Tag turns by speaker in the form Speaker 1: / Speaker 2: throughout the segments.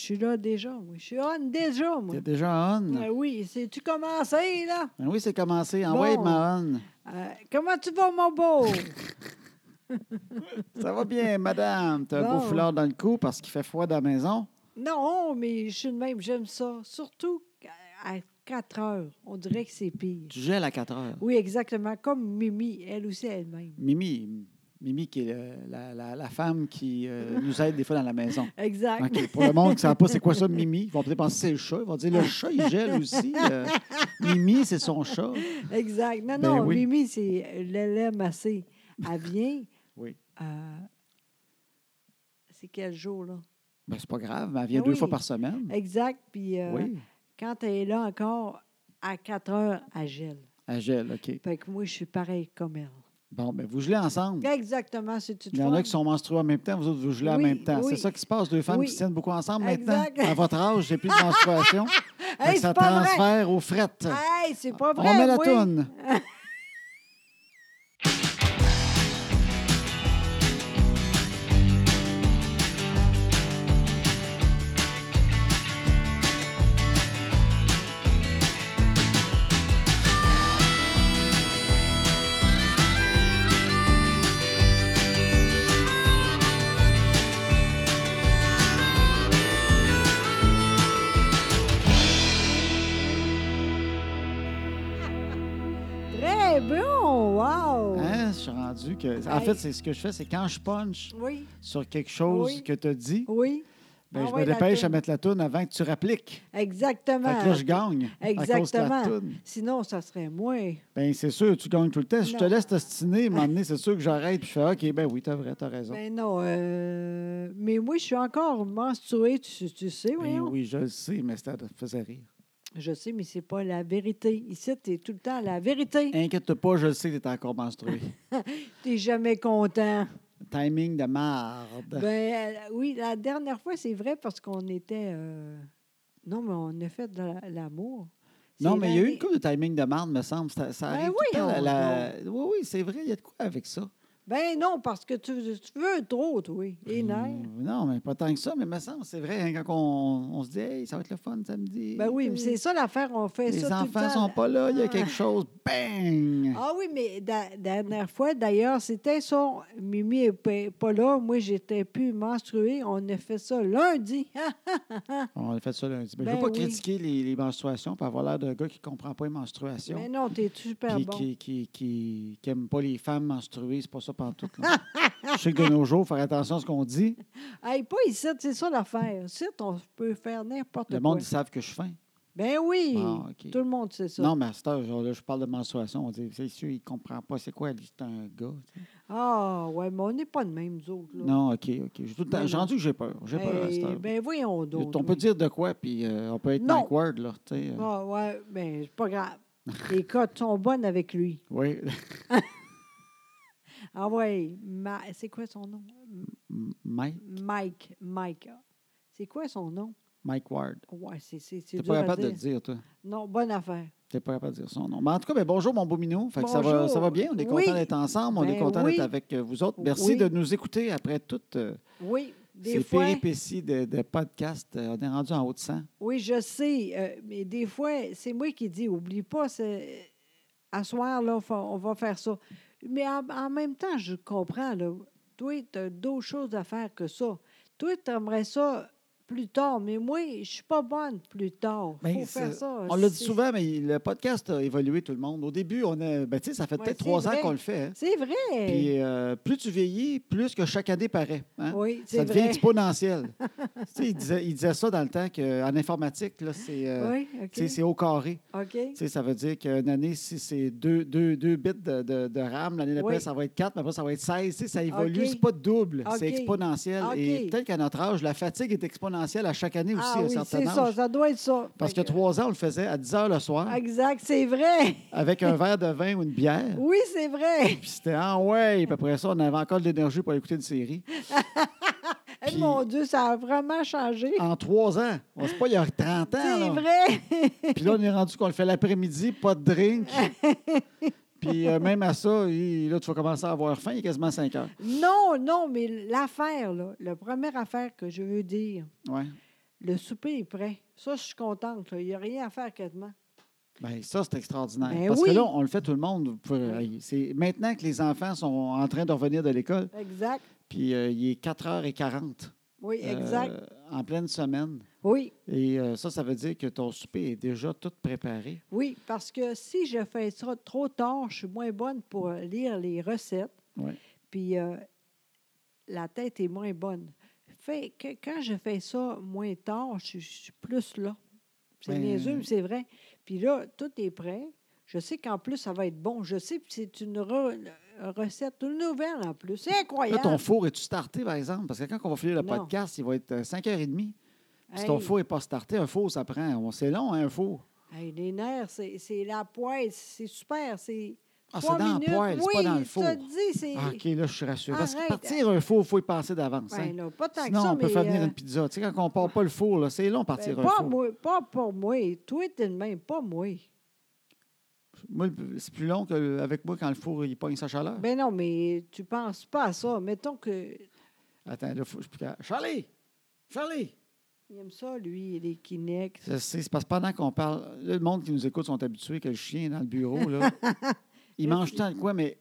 Speaker 1: suis là déjà. Moi. Je suis on déjà, moi.
Speaker 2: T'es déjà on?
Speaker 1: Ah oui, c'est-tu commencé, là?
Speaker 2: Ah oui, c'est commencé. Envoie
Speaker 1: Bon.
Speaker 2: ma on.
Speaker 1: Euh, comment tu vas, mon beau?
Speaker 2: Ça va bien, madame. T'as un beau
Speaker 1: Bon.
Speaker 2: foulard dans le cou parce qu'il fait froid dans la maison.
Speaker 1: non, mais je suis de même, j'aime ça. Surtout à 4 heures. On dirait que c'est pire.
Speaker 2: Tu gèles à 4 heures.
Speaker 1: Oui, exactement. Comme Mimi, elle aussi, elle-même.
Speaker 2: Mimi, Mimi qui est euh, la, la- la femme qui euh, nous aide des fois dans la maison.
Speaker 1: Exact.
Speaker 2: OK. Pour le monde qui ne sait pas c'est quoi ça, Mimi, ils vont peut-être penser que c'est le chat. Ils vont dire le chat, il gèle aussi. Euh, Mimi, c'est son chat.
Speaker 1: Exact. Non,
Speaker 2: Ben
Speaker 1: non,
Speaker 2: oui.
Speaker 1: Mimi, c'est elle l'aime assez. Elle vient.
Speaker 2: Oui.
Speaker 1: euh, c'est quel jour, là?
Speaker 2: Ben, c'est pas grave, mais elle vient
Speaker 1: Ah
Speaker 2: deux
Speaker 1: oui.
Speaker 2: fois par semaine.
Speaker 1: Exact. Puis euh,
Speaker 2: Oui,
Speaker 1: quand elle est là encore, à 4 heures, elle gèle.
Speaker 2: elle gèle, OK.
Speaker 1: Fait que moi, je suis pareil comme elle.
Speaker 2: Bon, ben, vous gelez ensemble.
Speaker 1: Exactement, c'est tout
Speaker 2: Il y en a qui sont menstrués en même temps, vous autres, vous gelez en
Speaker 1: Oui,
Speaker 2: même temps. C'est
Speaker 1: oui.
Speaker 2: ça qui se passe, deux femmes
Speaker 1: Oui.
Speaker 2: qui se tiennent beaucoup ensemble
Speaker 1: Exact.
Speaker 2: maintenant. À votre âge, j'ai plus de menstruation. Fait que
Speaker 1: Hey,
Speaker 2: ça
Speaker 1: c'est pas vrai!
Speaker 2: transfère aux frettes.
Speaker 1: Hey, c'est pas vrai!
Speaker 2: On met la
Speaker 1: oui.
Speaker 2: toune. Hein?
Speaker 1: Très bon! Wow!
Speaker 2: Hein, je suis rendu que. En
Speaker 1: Hey.
Speaker 2: fait, c'est ce que je fais, c'est quand je punch
Speaker 1: Oui,
Speaker 2: sur quelque chose
Speaker 1: Oui. Ah
Speaker 2: que tu as dit,
Speaker 1: oui,
Speaker 2: ben, je me
Speaker 1: Envoie la
Speaker 2: dépêche à
Speaker 1: toune.
Speaker 2: mettre la toune avant que tu répliques.
Speaker 1: exactement.
Speaker 2: Fait que là, je gagne. À cause de la
Speaker 1: Exactement.
Speaker 2: toune.
Speaker 1: Sinon, ça serait moins.
Speaker 2: Ben, c'est sûr, tu gagnes tout le temps. Si je te
Speaker 1: Non.
Speaker 2: laisse t'ostiner, m'emmener, c'est sûr que j'arrête. Puis je fais OK, ben oui, t'as vrai, t'as raison.
Speaker 1: Ben non, euh, mais moi, je suis encore menstruée, tu, tu sais,
Speaker 2: Ben
Speaker 1: voyons.
Speaker 2: oui, je le sais, mais ça te faisait rire.
Speaker 1: Je sais, mais c'est pas la vérité. Ici, tu es tout le temps à la vérité.
Speaker 2: Inquiète-toi pas, je le sais que t'es encore menstrué.
Speaker 1: Tu jamais content.
Speaker 2: Timing de marde.
Speaker 1: Ben euh, oui, la dernière fois, c'est vrai parce qu'on était. euh, Non, mais on a fait de la- l'amour.
Speaker 2: non,
Speaker 1: C'est
Speaker 2: mais il y a eu
Speaker 1: l'année-
Speaker 2: une couple de timing de marde, me semble. Ça, ça
Speaker 1: Ben
Speaker 2: arrive tout le
Speaker 1: oui,
Speaker 2: temps,
Speaker 1: on-
Speaker 2: la- la- Oui, oui, c'est vrai, il y a de quoi avec ça.
Speaker 1: Ben non, parce que tu, tu veux trop, toi. Et nerfs.
Speaker 2: Hum, Non, mais pas tant que ça, mais me semble, c'est vrai, hein, quand on, on se dit, hey, ça va être le fun samedi.
Speaker 1: Ben oui, mais c'est ça l'affaire, on fait
Speaker 2: Les
Speaker 1: ça tout le
Speaker 2: enfants
Speaker 1: temps.
Speaker 2: sont pas là, il y a
Speaker 1: Ah.
Speaker 2: quelque chose, bang!
Speaker 1: Ah oui, mais la dernière fois, d'ailleurs, c'était son. Mimi n'est pas- pas là. Moi, j'étais plus menstruée. On a fait ça lundi. Ah,
Speaker 2: On a fait ça lundi. Ben, je ne veux
Speaker 1: Ben
Speaker 2: pas
Speaker 1: oui.
Speaker 2: critiquer les, les menstruations, puis avoir l'air d'un gars qui ne comprend pas les menstruations.
Speaker 1: mais non, t'es super
Speaker 2: Puis
Speaker 1: bon.
Speaker 2: qui, qui, qui, qui aime pas les femmes menstruées, c'est pas ça pantoute. là. je sais que de nos jours, faire attention à ce qu'on dit.
Speaker 1: Hey, pas ici, c'est ça l'affaire. Ici, on peut faire n'importe
Speaker 2: Le
Speaker 1: quoi.
Speaker 2: monde, ils savent que je suis faim.
Speaker 1: Ben oui.
Speaker 2: Ah, OK.
Speaker 1: Tout le monde sait ça.
Speaker 2: Non, mais à cette heure, genre, là, je parle de menstruation. On dit, c'est sûr, il comprend pas. C'est quoi, c'est un gars? tu sais.
Speaker 1: Ah, ouais, mais on n'est pas de même, nous autres. Là.
Speaker 2: Non, OK, OK. J'ai tout le temps-
Speaker 1: Non,
Speaker 2: j'ai
Speaker 1: non.
Speaker 2: rendu que j'ai peur. J'ai peur à cette
Speaker 1: Hey,
Speaker 2: heure.
Speaker 1: ben voyons donc.
Speaker 2: on peut
Speaker 1: oui.
Speaker 2: dire de quoi, puis euh, on peut être
Speaker 1: Non.
Speaker 2: awkward, là. tu sais, euh.
Speaker 1: Ah, ouais, ben, c'est pas grave. Les cotes sont bonnes avec lui.
Speaker 2: Oui.
Speaker 1: Ah, ouais. Ma... C'est quoi son nom?
Speaker 2: Mike,
Speaker 1: Mike. Mike. C'est quoi son nom?
Speaker 2: Mike Ward.
Speaker 1: Ouais, c'est c'est c'est
Speaker 2: T'es
Speaker 1: dur
Speaker 2: pas
Speaker 1: à
Speaker 2: capable de
Speaker 1: dire.
Speaker 2: le dire, toi.
Speaker 1: Non, bonne affaire.
Speaker 2: T'es pas capable de dire son nom. Mais en tout cas, ben, bonjour, mon beau minou. Fait que ça, va,
Speaker 1: Bonjour.
Speaker 2: ça va bien. On est
Speaker 1: Oui.
Speaker 2: content d'être ensemble. On est
Speaker 1: Ben
Speaker 2: content
Speaker 1: oui.
Speaker 2: d'être avec euh, vous autres. Merci
Speaker 1: Oui.
Speaker 2: de nous écouter après toutes euh,
Speaker 1: Oui, des
Speaker 2: ces
Speaker 1: fois,
Speaker 2: péripéties de, de podcast. Euh, on est rendu en haut de 100.
Speaker 1: oui, je sais, euh, mais des fois, c'est moi qui dis, oublie pas, c'est- à soir, là, fa- on va faire ça. Mais en, en même temps, je comprends, là, toi, tu as d'autres choses à faire que ça. Toi, tu aimerais ça plus tard, mais moi, je suis pas bonne plus tard.
Speaker 2: Ben,
Speaker 1: faut faire
Speaker 2: c'est-
Speaker 1: ça.
Speaker 2: On l'a dit
Speaker 1: C'est-
Speaker 2: souvent, mais le podcast a évolué tout le monde. Au début, on a. Ben, tu sais, ça fait
Speaker 1: Ouais,
Speaker 2: peut-être
Speaker 1: c'est
Speaker 2: trois ans
Speaker 1: vrai.
Speaker 2: qu'on le fait. hein.
Speaker 1: C'est vrai.
Speaker 2: Puis euh, plus tu vieillis, plus que chaque année paraît. hein.
Speaker 1: oui,
Speaker 2: Ça
Speaker 1: c'est
Speaker 2: devient
Speaker 1: vrai.
Speaker 2: exponentiel. tu sais, il disait, il disait ça dans le temps qu'en informatique, là, c'est euh,
Speaker 1: Oui,
Speaker 2: tu sais,
Speaker 1: OK.
Speaker 2: c'est au carré.
Speaker 1: OK.
Speaker 2: Tu sais, ça veut dire qu'une année, si c'est 2 deux, deux bits de, de- de RAM, l'année d'après,
Speaker 1: Oui.
Speaker 2: ça va être 4, mais après, ça va être 16. Tu sais, ça évolue,
Speaker 1: OK.
Speaker 2: c'est pas double, c'est
Speaker 1: OK.
Speaker 2: exponentiel. Et
Speaker 1: OK.
Speaker 2: peut-être qu'à notre âge, la fatigue est exponentielle à chaque année aussi,
Speaker 1: Ah
Speaker 2: à
Speaker 1: oui,
Speaker 2: un
Speaker 1: c'est
Speaker 2: certain
Speaker 1: ça,
Speaker 2: âge.
Speaker 1: ça doit être ça.
Speaker 2: Parce que
Speaker 1: Fait
Speaker 2: trois ans, on le faisait à 10 heures le soir,
Speaker 1: Exact, c'est vrai.
Speaker 2: avec un verre de vin ou une bière.
Speaker 1: Oui, c'est vrai.
Speaker 2: Puis c'était ah ouais, puis après ça, on avait encore de l'énergie pour écouter une série.
Speaker 1: Hey,
Speaker 2: Puis-
Speaker 1: Eh, mon Dieu, ça a vraiment changé.
Speaker 2: En trois ans, on sait pas, il y a 30 ans.
Speaker 1: c'est
Speaker 2: là.
Speaker 1: vrai.
Speaker 2: Puis là, on est rendu qu'on le fait l'après-midi, pas de drink. Puis euh, même à ça, il- là, tu vas commencer à avoir faim, il est quasiment 5 heures.
Speaker 1: Non, non, mais l'affaire, là, la première affaire que je veux dire,
Speaker 2: Ouais.
Speaker 1: le souper est prêt. Ça, je suis contente. là. Il n'y a rien à faire quasiment.
Speaker 2: Bien, ça, c'est extraordinaire.
Speaker 1: Ben
Speaker 2: Parce
Speaker 1: oui.
Speaker 2: que là, on le fait tout le monde. Vous pouvez-
Speaker 1: Oui.
Speaker 2: hey, c'est maintenant que les enfants sont en train de revenir de l'école,
Speaker 1: Exact.
Speaker 2: puis euh, il est 4h40
Speaker 1: Oui,
Speaker 2: euh,
Speaker 1: exact.
Speaker 2: en pleine semaine.
Speaker 1: oui,
Speaker 2: Et euh, ça, ça veut dire que ton souper est déjà tout préparé.
Speaker 1: oui, parce que si je fais ça trop tard, je suis moins bonne pour euh, lire les recettes.
Speaker 2: Oui.
Speaker 1: Puis euh, la tête est moins bonne. Fait que quand je fais ça moins tard, je, je suis plus là. C'est
Speaker 2: Ben-
Speaker 1: niaiseux, mais c'est vrai. Puis là, tout est prêt. Je sais qu'en plus, ça va être bon. Je sais que c'est une re- euh, recette une nouvelle en plus. C'est
Speaker 2: Là,
Speaker 1: incroyable.
Speaker 2: ton four, es-tu starté, par exemple? Parce que quand on va finir le
Speaker 1: Non.
Speaker 2: podcast, il va être euh, 5h30. Puis Si ton
Speaker 1: Hey.
Speaker 2: four n'est pas starté, un four, ça prend. on- C'est long, hein, un four.
Speaker 1: Hey, les nerfs, c'est c'est la poêle, c'est super. C'est
Speaker 2: Ah, c'est
Speaker 1: trois
Speaker 2: dans
Speaker 1: minutes.
Speaker 2: la poêle, c'est
Speaker 1: oui,
Speaker 2: pas dans le four.
Speaker 1: je te dis, c'est.
Speaker 2: Ah, OK, là, je suis rassuré. Parce que
Speaker 1: Arrête.
Speaker 2: partir un four, il faut y penser d'avance.
Speaker 1: Ben
Speaker 2: hein.
Speaker 1: là, pas tant
Speaker 2: Sinon,
Speaker 1: que ça,
Speaker 2: on peut
Speaker 1: mais,
Speaker 2: faire venir
Speaker 1: euh,
Speaker 2: une pizza. Tu sais, quand on part pas le four, là, c'est long
Speaker 1: ben,
Speaker 2: partir un
Speaker 1: pas,
Speaker 2: four. Moi,
Speaker 1: moi, pas pour moi. Toi, t'es le même, pas moi.
Speaker 2: le- c'est plus long qu'avec moi quand le four, il pogne sa chaleur.
Speaker 1: Ben non, mais tu penses pas à ça. Mettons que.
Speaker 2: Attends, là, faut- je suis plus capable. Charlie! Charlie!
Speaker 1: Il aime ça, lui, les Kinex.
Speaker 2: Je sais, C'est parce que pendant qu'on parle, là, le monde qui nous écoute sont habitués que le chien est dans le bureau, là, il mange tant de quoi, mais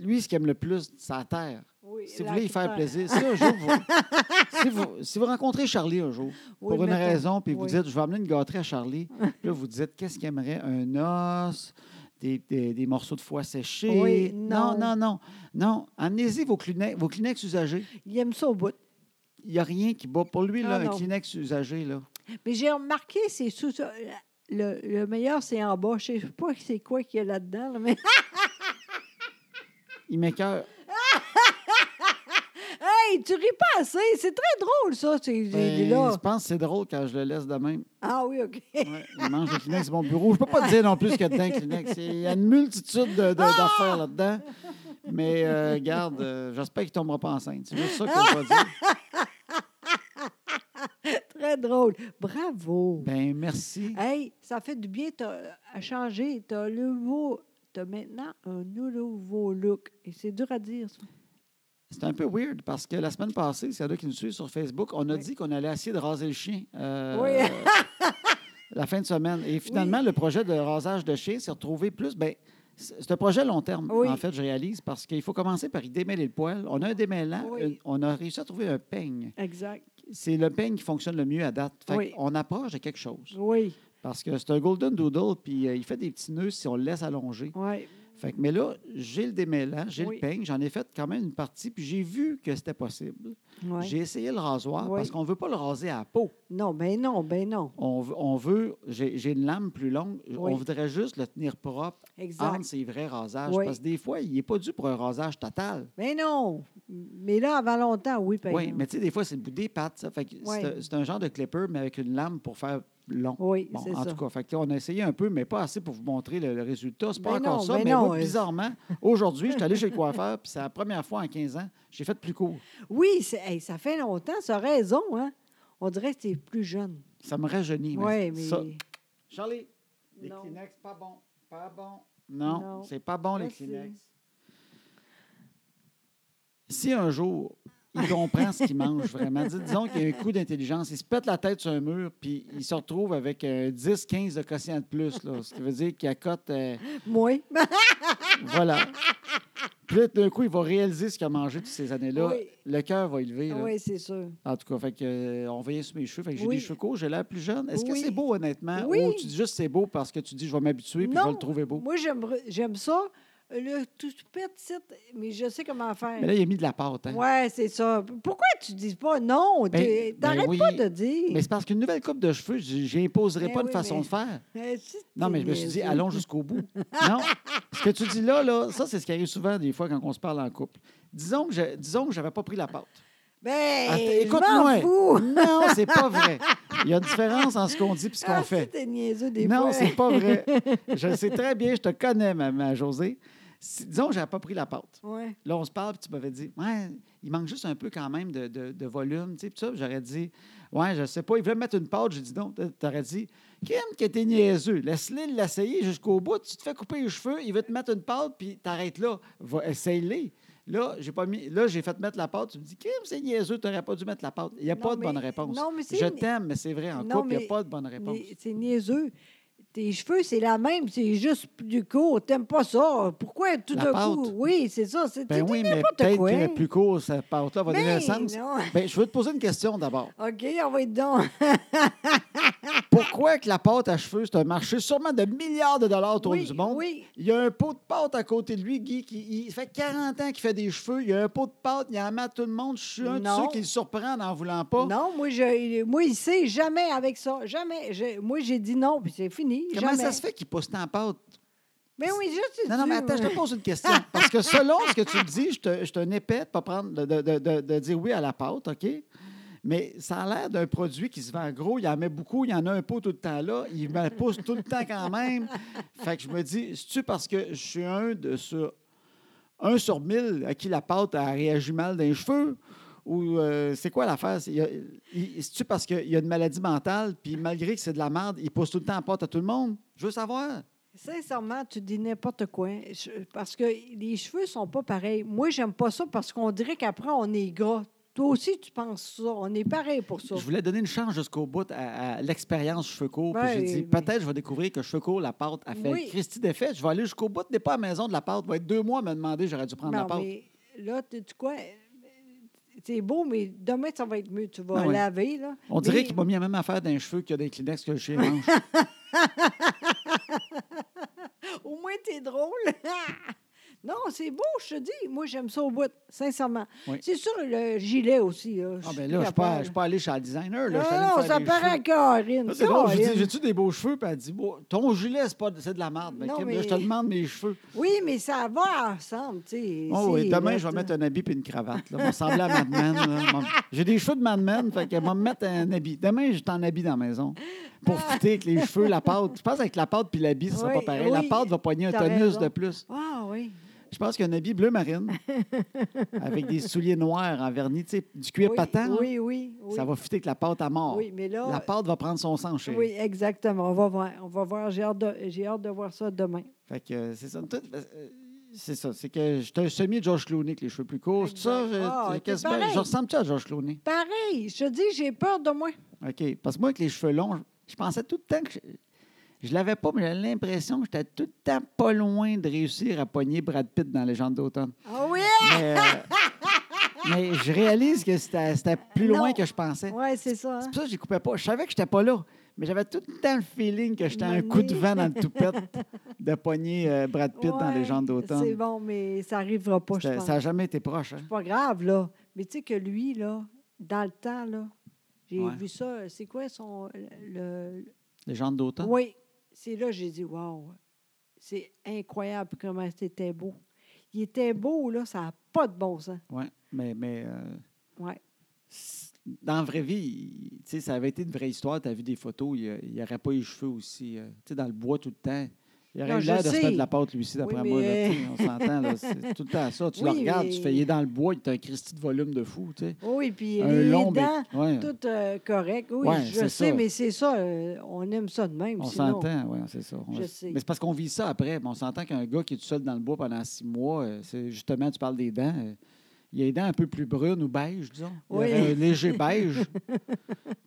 Speaker 2: lui, ce qu'il aime le plus, c'est la terre.
Speaker 1: Oui,
Speaker 2: Si vous
Speaker 1: la
Speaker 2: voulez y faire
Speaker 1: coupelle.
Speaker 2: plaisir, si un jour vous, si vous, si vous rencontrez Charlie un jour,
Speaker 1: Oui,
Speaker 2: pour une
Speaker 1: mettons.
Speaker 2: raison, puis vous
Speaker 1: Oui.
Speaker 2: dites, je vais amener une gâterie à Charlie, Puis là, vous dites, qu'est-ce qu'il aimerait? Un os, des, des- des morceaux de foie séchés.
Speaker 1: Oui,
Speaker 2: non,
Speaker 1: non.
Speaker 2: non, non. Non, amenez-y vos Kleenex, vos Kleenex usagés.
Speaker 1: Il aime ça au bout.
Speaker 2: Il n'y a rien qui bat. Pour lui,
Speaker 1: Ah,
Speaker 2: là, un
Speaker 1: non.
Speaker 2: Kleenex usagé, là.
Speaker 1: Mais j'ai remarqué, c'est sous ça. Le, le meilleur, c'est en bas. Je sais pas c'est quoi qu'il y a là-dedans, là, mais.
Speaker 2: il m'écœure.
Speaker 1: Hey, tu ris pas assez. C'est très drôle, ça, ces
Speaker 2: Ben,
Speaker 1: là
Speaker 2: Je pense que c'est drôle quand je le laisse de même.
Speaker 1: Ah oui, OK.
Speaker 2: Ouais, il mange le Kleenex dans mon bureau. Je peux pas te dire non plus qu'il y a dedans un Kleenex. Il y a une multitude de- de- d'affaires là-dedans. Mais euh, garde, euh, j'espère qu'il ne tombera pas enceinte. C'est juste ça que je vais dire.
Speaker 1: Très drôle. Bravo.
Speaker 2: Ben merci.
Speaker 1: Hey, ça fait du bien t'as- à changer. Tu as, maintenant un nouveau look. Et c'est dur à dire, ça.
Speaker 2: C'est un peu weird parce que la semaine passée, c'est là qui nous suivent sur Facebook, on a
Speaker 1: Oui.
Speaker 2: dit qu'on allait essayer de raser le chien. euh,
Speaker 1: Oui.
Speaker 2: la fin de semaine. Et finalement, le projet de rasage de chien s'est retrouvé plus. Ben, c- c'est un projet long terme,
Speaker 1: Oui.
Speaker 2: en fait, je réalise, parce qu'il faut commencer par y démêler le poil. On a un démêlant,
Speaker 1: Oui.
Speaker 2: une- on a réussi à trouver un peigne.
Speaker 1: Exact.
Speaker 2: C'est le peigne qui fonctionne le mieux à date. Fait
Speaker 1: Oui.
Speaker 2: On approche de quelque chose.
Speaker 1: Oui,
Speaker 2: Parce que c'est un golden doodle, puis euh, il fait des petits nœuds si on le laisse allonger.
Speaker 1: oui.
Speaker 2: Fait que- mais là, j'ai le démêlant, j'ai
Speaker 1: Oui.
Speaker 2: le peigne, j'en ai fait quand même une partie, puis j'ai vu que c'était possible.
Speaker 1: Ouais.
Speaker 2: J'ai essayé le rasoir
Speaker 1: Oui.
Speaker 2: parce qu'on ne veut pas le raser à la peau.
Speaker 1: Non, ben non, ben non.
Speaker 2: On veut, on veut j'ai j'ai une lame plus longue, on
Speaker 1: Oui.
Speaker 2: voudrait juste le tenir propre entre
Speaker 1: Exact.
Speaker 2: ses vrais rasages.
Speaker 1: Oui.
Speaker 2: Parce que des fois, il n'est pas dû pour un rasage total.
Speaker 1: Ben non. Mais là, avant longtemps, oui, ben par
Speaker 2: oui,
Speaker 1: exemple.
Speaker 2: mais tu sais, des fois, c'est le bout des pattes. ça. Fait que c'est
Speaker 1: Oui.
Speaker 2: un- c'est un genre de clipper, mais avec une lame pour faire long.
Speaker 1: Oui,
Speaker 2: Bon,
Speaker 1: c'est
Speaker 2: en
Speaker 1: ça.
Speaker 2: tout cas, fait que là, on a essayé un peu, mais pas assez pour vous montrer le, le résultat. C'est pas
Speaker 1: Ben
Speaker 2: encore
Speaker 1: non,
Speaker 2: ça,
Speaker 1: ben
Speaker 2: mais
Speaker 1: non,
Speaker 2: moi,
Speaker 1: euh.
Speaker 2: bizarrement, aujourd'hui, je suis allé chez le coiffeur, puis c'est la première fois en 15 ans, j'ai fait plus court.
Speaker 1: Oui, c'est- hey, ça fait longtemps, ça a raison, hein? On dirait que t'es plus jeune.
Speaker 2: Ça me rajeunit.
Speaker 1: Oui, mais.
Speaker 2: ça- Charlie, les
Speaker 1: Non.
Speaker 2: Kleenex, pas bon. Pas bon. Non,
Speaker 1: Non.
Speaker 2: c'est pas bon,
Speaker 1: Merci.
Speaker 2: les Kleenex. Si un jour, il comprend ce qu'il mange vraiment, dis- disons qu'il y a un coup d'intelligence, il se pète la tête sur un mur, puis il se retrouve avec 10-15 de quotient de plus, là, ce qui veut dire qu'il accote. euh,
Speaker 1: Moi.
Speaker 2: voilà. Puis là, d'un coup, il va réaliser ce qu'il a mangé toutes ces années-là.
Speaker 1: Oui.
Speaker 2: Le cœur va élever. là.
Speaker 1: oui, c'est sûr.
Speaker 2: En tout cas, fait que, euh, on veillait sur mes cheveux. Fait que j'ai
Speaker 1: Oui.
Speaker 2: des cheveux courts, j'ai l'air plus jeune. Est-ce que
Speaker 1: Oui.
Speaker 2: c'est beau, honnêtement?
Speaker 1: Oui.
Speaker 2: Ou tu dis juste c'est beau parce que tu dis je vais m'habituer puis je vais le trouver beau?
Speaker 1: Moi, j'aime, j'aime ça. Le tout petit, mais je sais comment faire.
Speaker 2: Mais là, il a mis de la pâte. hein?
Speaker 1: Ouais, c'est ça. Pourquoi tu dis pas non?
Speaker 2: Ben,
Speaker 1: T'es-
Speaker 2: ben
Speaker 1: T'arrêtes
Speaker 2: oui.
Speaker 1: pas de dire.
Speaker 2: Mais c'est parce qu'une nouvelle coupe de cheveux, je n'imposerai
Speaker 1: Ben
Speaker 2: pas de
Speaker 1: oui,
Speaker 2: façon
Speaker 1: mais-
Speaker 2: de faire.
Speaker 1: Euh, si t'es
Speaker 2: Non, mais je me suis dit,
Speaker 1: niaiseux.
Speaker 2: allons jusqu'au bout. non. Ce que tu dis là, là, ça, c'est ce qui arrive souvent des fois quand on se parle en couple. Disons que je disons que j'avais pas pris la pâte.
Speaker 1: Ben,
Speaker 2: Attends,
Speaker 1: écoute-moi.
Speaker 2: Non, c'est pas vrai. Il y a une différence entre ce qu'on dit et ce qu'on fait.
Speaker 1: Ah, t'es niaiseux des
Speaker 2: non,
Speaker 1: fois.
Speaker 2: Ah, c'est pas vrai. Je le sais très bien, je te connais, ma, ma Josée. Si- disons que j'avais pas pris la pâte.
Speaker 1: Ouais.
Speaker 2: Là, on se parle, puis tu m'avais dit, ouais, il manque juste un peu quand même de, de- de volume, tu sais, puis ça. Puis J'aurais dit, ouais, je sais pas, il voulait me mettre une pâte. J'ai dit non. T'aurais dit, Kim, que t'es niaiseux, laisse-le l'essayer jusqu'au bout. Tu te fais couper les cheveux, il veut te mettre une pâte, puis t'arrêtes là. Va, essaye-les. Là, j'ai pas mis. Là, j'ai fait mettre la pâte. Tu me dis, Kim, c'est niaiseux, tu n'aurais pas dû mettre la pâte. Il n'y a
Speaker 1: Non,
Speaker 2: pas de
Speaker 1: mais-
Speaker 2: bonne réponse.
Speaker 1: non, mais c'est-
Speaker 2: Je t'aime, mais c'est vrai, en
Speaker 1: Non,
Speaker 2: couple, il n'y
Speaker 1: mais-
Speaker 2: a pas de bonne réponse.
Speaker 1: Mais C'est niaiseux. Tes cheveux, c'est la même, c'est juste plus court. T'aimes pas ça. Pourquoi tout
Speaker 2: La
Speaker 1: d'un
Speaker 2: pâte.
Speaker 1: coup? Oui, c'est ça. C'est
Speaker 2: Ben
Speaker 1: c'est
Speaker 2: oui, mais
Speaker 1: n'importe
Speaker 2: peut-être
Speaker 1: quoi.
Speaker 2: que le plus court, cette pâte-là va donner
Speaker 1: Mais
Speaker 2: un sens.
Speaker 1: non.
Speaker 2: Ben, je veux te poser une question d'abord.
Speaker 1: OK, on va être donc.
Speaker 2: Pourquoi que la pâte à cheveux, c'est un marché sûrement de milliards de dollars autour
Speaker 1: Oui,
Speaker 2: du monde?
Speaker 1: oui.
Speaker 2: Il y a un pot de pâte à côté de lui, Guy, qui il fait 40 ans qu'il fait des cheveux. Il y a un pot de pâte, il en met à tout le monde. Je suis un
Speaker 1: Non.
Speaker 2: de ceux qui le surprend en voulant pas.
Speaker 1: Non, moi, je, moi, il sait jamais avec ça. Jamais. Je- moi, j'ai dit non, puis c'est fini.
Speaker 2: Comment
Speaker 1: jamais.
Speaker 2: ça se fait qu'il pousse tant pâte?
Speaker 1: Mais oui, juste.
Speaker 2: Non, non, mais attends, je te pose une question. Parce que selon ce que tu me dis, je te, je te épais de pas prendre de, de- de- de dire oui à la pâte, OK? Mais ça a l'air d'un produit qui se vend gros, il en met beaucoup, il y en a un pot tout le temps là, il me pousse tout le temps quand même. Fait que je me dis, c'est-tu parce que je suis un de sur un sur mille à qui la pâte a réagi mal d'un cheveux? Ou euh, c'est quoi l'affaire? C'est- il y a- il- C'est-tu parce qu'il y a une maladie mentale, puis malgré que c'est de la merde, il pousse tout le temps la pâte à tout le monde? Je veux savoir.
Speaker 1: Sincèrement, tu dis n'importe quoi. Je- Parce que les cheveux sont pas pareils. Moi, j'aime pas ça parce qu'on dirait qu'après, on est gras. Toi aussi, tu penses ça. On est pareil pour ça.
Speaker 2: Je voulais donner une chance jusqu'au bout à, à l'expérience cheveux courts. puis
Speaker 1: Ben,
Speaker 2: j'ai dit,
Speaker 1: mais-
Speaker 2: peut-être je vais découvrir que cheveux courts, la pâte a fait
Speaker 1: Oui.
Speaker 2: Christy défaite. Je vais aller jusqu'au bout. N'est pas à la maison de la pâte. va être deux mois à me demander, j'aurais dû prendre la
Speaker 1: Non,
Speaker 2: pâte.
Speaker 1: mais là, tu tu quoi? C'est beau, mais demain, ça va être mieux. Tu vas
Speaker 2: Ah ouais.
Speaker 1: laver, là.
Speaker 2: On dirait
Speaker 1: Mais-
Speaker 2: qu'il m'a mis la même affaire d'un cheveu qu'il y a des Kleenex que chez Ange.
Speaker 1: Au moins, t'es drôle. non, c'est beau, je te dis. Moi, j'aime ça au bout, sincèrement.
Speaker 2: Oui.
Speaker 1: C'est sûr, le gilet aussi. Là,
Speaker 2: Ah, ben
Speaker 1: suis
Speaker 2: là, je ne suis pas- je
Speaker 1: capable.
Speaker 2: suis pas allé chez le designer. Là, je suis
Speaker 1: Non,
Speaker 2: allé me
Speaker 1: non,
Speaker 2: faire
Speaker 1: ça
Speaker 2: des
Speaker 1: paraît à
Speaker 2: cheveux.
Speaker 1: Caroline.
Speaker 2: Là, C'est drôle, j'ai
Speaker 1: Caroline.
Speaker 2: dit, j'ai-tu des beaux cheveux? Puis elle dit, Bon, ton gilet, c'est, pas, de- c'est de la merde. Ben,
Speaker 1: Non,
Speaker 2: Kim, là,
Speaker 1: mais-
Speaker 2: je te demande mes cheveux.
Speaker 1: Oui, mais ça va ensemble, tu sais.
Speaker 2: Oh, oui,
Speaker 1: c'est hein.
Speaker 2: demain,
Speaker 1: net,
Speaker 2: je vais
Speaker 1: là.
Speaker 2: mettre un habit et une cravate. Là. Je vais ressembler à Mad Men. là. M'en- J'ai des cheveux de Mad Men, fait que je vais me mettre un habit. Demain, je suis en habit dans la maison pour fitter avec les cheveux, la pâte. Je pense avec la pâte puis l'habit, ce ne sera
Speaker 1: Ah. Oui,
Speaker 2: pas pareil. La
Speaker 1: oui,
Speaker 2: pâte va poigner un
Speaker 1: t'as
Speaker 2: tonus
Speaker 1: raison.
Speaker 2: de plus.
Speaker 1: Ah oui.
Speaker 2: Je pense qu'un habit bleu marine avec des souliers noirs en vernis, tu sais, du cuir
Speaker 1: oui,
Speaker 2: patent, là,
Speaker 1: oui, oui, oui.
Speaker 2: ça va fitter avec la pâte à mort.
Speaker 1: Oui, mais là.
Speaker 2: La pâte va prendre son sang, chérie.
Speaker 1: Oui, exactement. On va voir. On va voir. J'ai hâte, de- j'ai hâte de voir ça demain.
Speaker 2: Fait que euh, c'est ça. Tout- euh, c'est ça. C'est que j'étais un semi George Clooney avec les cheveux plus courts. C'est ça.
Speaker 1: Exact.
Speaker 2: je-
Speaker 1: Ah, t'es
Speaker 2: quasiment-
Speaker 1: pareil.
Speaker 2: je ressemble-tu à George Clooney?
Speaker 1: Pareil, je te dis, j'ai peur de moi.
Speaker 2: OK. Parce que moi, avec les cheveux longs, je- je pensais tout le temps que je, je l'avais pas, mais j'avais l'impression que j'étais tout le temps pas loin de réussir à pogner Brad Pitt dans Légende d'automne.
Speaker 1: Ah oui!
Speaker 2: Mais, euh, mais je réalise que c'était c'était plus
Speaker 1: Non.
Speaker 2: loin que je pensais.
Speaker 1: Oui, c'est ça.
Speaker 2: C'est
Speaker 1: hein.
Speaker 2: pour ça que je coupais pas. Je savais que j'étais pas là, mais j'avais tout le temps le feeling que j'étais un coup de vent dans le toupette de pogner euh, Brad Pitt dans
Speaker 1: Ouais,
Speaker 2: Légende
Speaker 1: C'est
Speaker 2: d'automne.
Speaker 1: bon, mais ça n'arrivera pas, je
Speaker 2: C'était-
Speaker 1: pense.
Speaker 2: Ça n'a jamais été proche. hein?
Speaker 1: C'est pas grave, là. Mais tu sais que lui, là, dans le temps, là, j'ai
Speaker 2: Ouais.
Speaker 1: vu ça. C'est quoi son. Le, le-
Speaker 2: Légende d'automne.
Speaker 1: Oui. C'est là que j'ai dit, waouh, c'est incroyable comment c'était beau. Il était beau, là, ça n'a pas de bon sens.
Speaker 2: Ouais, mais, mais euh,
Speaker 1: Ouais.
Speaker 2: s- dans la vraie vie, il- tu sais, ça avait été une vraie histoire. Tu as vu des photos, il n'y aurait pas eu les cheveux aussi euh, tu sais, dans le bois tout le temps. Il
Speaker 1: Non,
Speaker 2: aurait eu
Speaker 1: je
Speaker 2: l'air de se
Speaker 1: sais.
Speaker 2: mettre de la pâte, lui aussi, d'après
Speaker 1: Oui,
Speaker 2: moi. là,
Speaker 1: mais-
Speaker 2: tu sais, on s'entend, là, c'est tout le temps ça. Tu le
Speaker 1: Oui,
Speaker 2: regardes, tu
Speaker 1: mais-
Speaker 2: fais, il est dans le bois, il a un Christy de volume de fou. tu sais.
Speaker 1: Oui, puis
Speaker 2: Un
Speaker 1: les
Speaker 2: long
Speaker 1: dents,
Speaker 2: bec- ouais,
Speaker 1: toutes euh, correctes. Oui,
Speaker 2: Ouais,
Speaker 1: je sais,
Speaker 2: c'est ça.
Speaker 1: mais c'est ça. euh, on aime ça de même.
Speaker 2: On
Speaker 1: sinon.
Speaker 2: s'entend, oui, c'est ça. On-
Speaker 1: Je sais.
Speaker 2: Mais c'est parce qu'on vit ça après. Mais on s'entend qu'un gars qui est tout seul dans le bois pendant six mois, euh, c'est justement, tu parles des dents, euh, il a les dents un peu plus brunes ou beige, disons. Il
Speaker 1: Oui.
Speaker 2: avait un léger beige.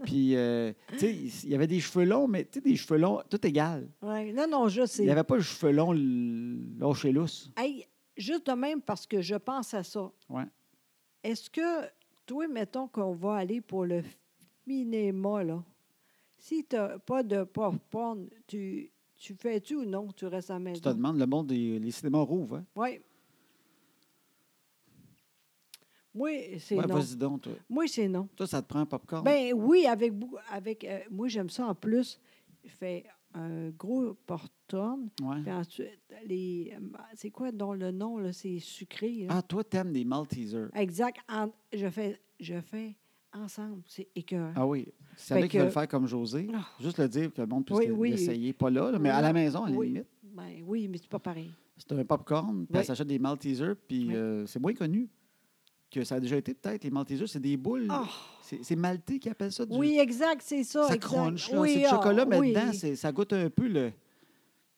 Speaker 2: Puis, euh, tu sais, il y avait des cheveux longs, mais tu sais, des cheveux longs, tout égal.
Speaker 1: Ouais. Non, non, je
Speaker 2: Il
Speaker 1: sais.
Speaker 2: n'y avait pas le cheveu long l- lâche et lousse.
Speaker 1: Hey, juste de même parce que je pense à ça.
Speaker 2: Ouais.
Speaker 1: Est-ce que, toi, mettons qu'on va aller pour le cinéma, là, si tu n'as pas de popcorn, tu, tu fais-tu ou non, tu restes à la
Speaker 2: Je te
Speaker 1: maison?
Speaker 2: demande, le monde des les cinémas rouvrent, hein?
Speaker 1: Oui. Moi, c'est
Speaker 2: Ouais,
Speaker 1: non.
Speaker 2: vas-y donc, toi.
Speaker 1: Moi, c'est non.
Speaker 2: Toi, ça te prend un popcorn.
Speaker 1: Ben oui, avec beaucoup. Avec, euh, moi, j'aime ça en plus. Je fais un gros popcorn.
Speaker 2: Ouais.
Speaker 1: Puis ensuite, les. euh, C'est quoi dont le nom, là? C'est sucré. là.
Speaker 2: Ah, toi, t'aimes des Maltesers.
Speaker 1: Exact. En- je, fais, je fais ensemble. C'est écœurant.
Speaker 2: Ah oui. S'il y en
Speaker 1: Fait
Speaker 2: a qui veulent
Speaker 1: que-
Speaker 2: le faire comme José,
Speaker 1: Ah.
Speaker 2: juste le dire que le monde puisse
Speaker 1: Oui,
Speaker 2: le-
Speaker 1: oui.
Speaker 2: l'essayer. Pas là, là, mais à la maison, à la
Speaker 1: oui.
Speaker 2: limite.
Speaker 1: Ben oui, mais c'est pas pareil.
Speaker 2: C'est un popcorn, puis
Speaker 1: Oui.
Speaker 2: elle s'achète des Maltesers, puis
Speaker 1: Oui.
Speaker 2: euh, c'est moins connu que ça a déjà été peut-être. Les Maltesers, c'est des boules.
Speaker 1: Ah!
Speaker 2: C'est c'est maltais qui appelle ça. Du,
Speaker 1: oui, ah, exact, c'est ça.
Speaker 2: ça
Speaker 1: exact.
Speaker 2: crunch. là.
Speaker 1: Oui,
Speaker 2: c'est du
Speaker 1: ah,
Speaker 2: chocolat, mais
Speaker 1: oui.
Speaker 2: dedans, c'est- ça goûte un peu le.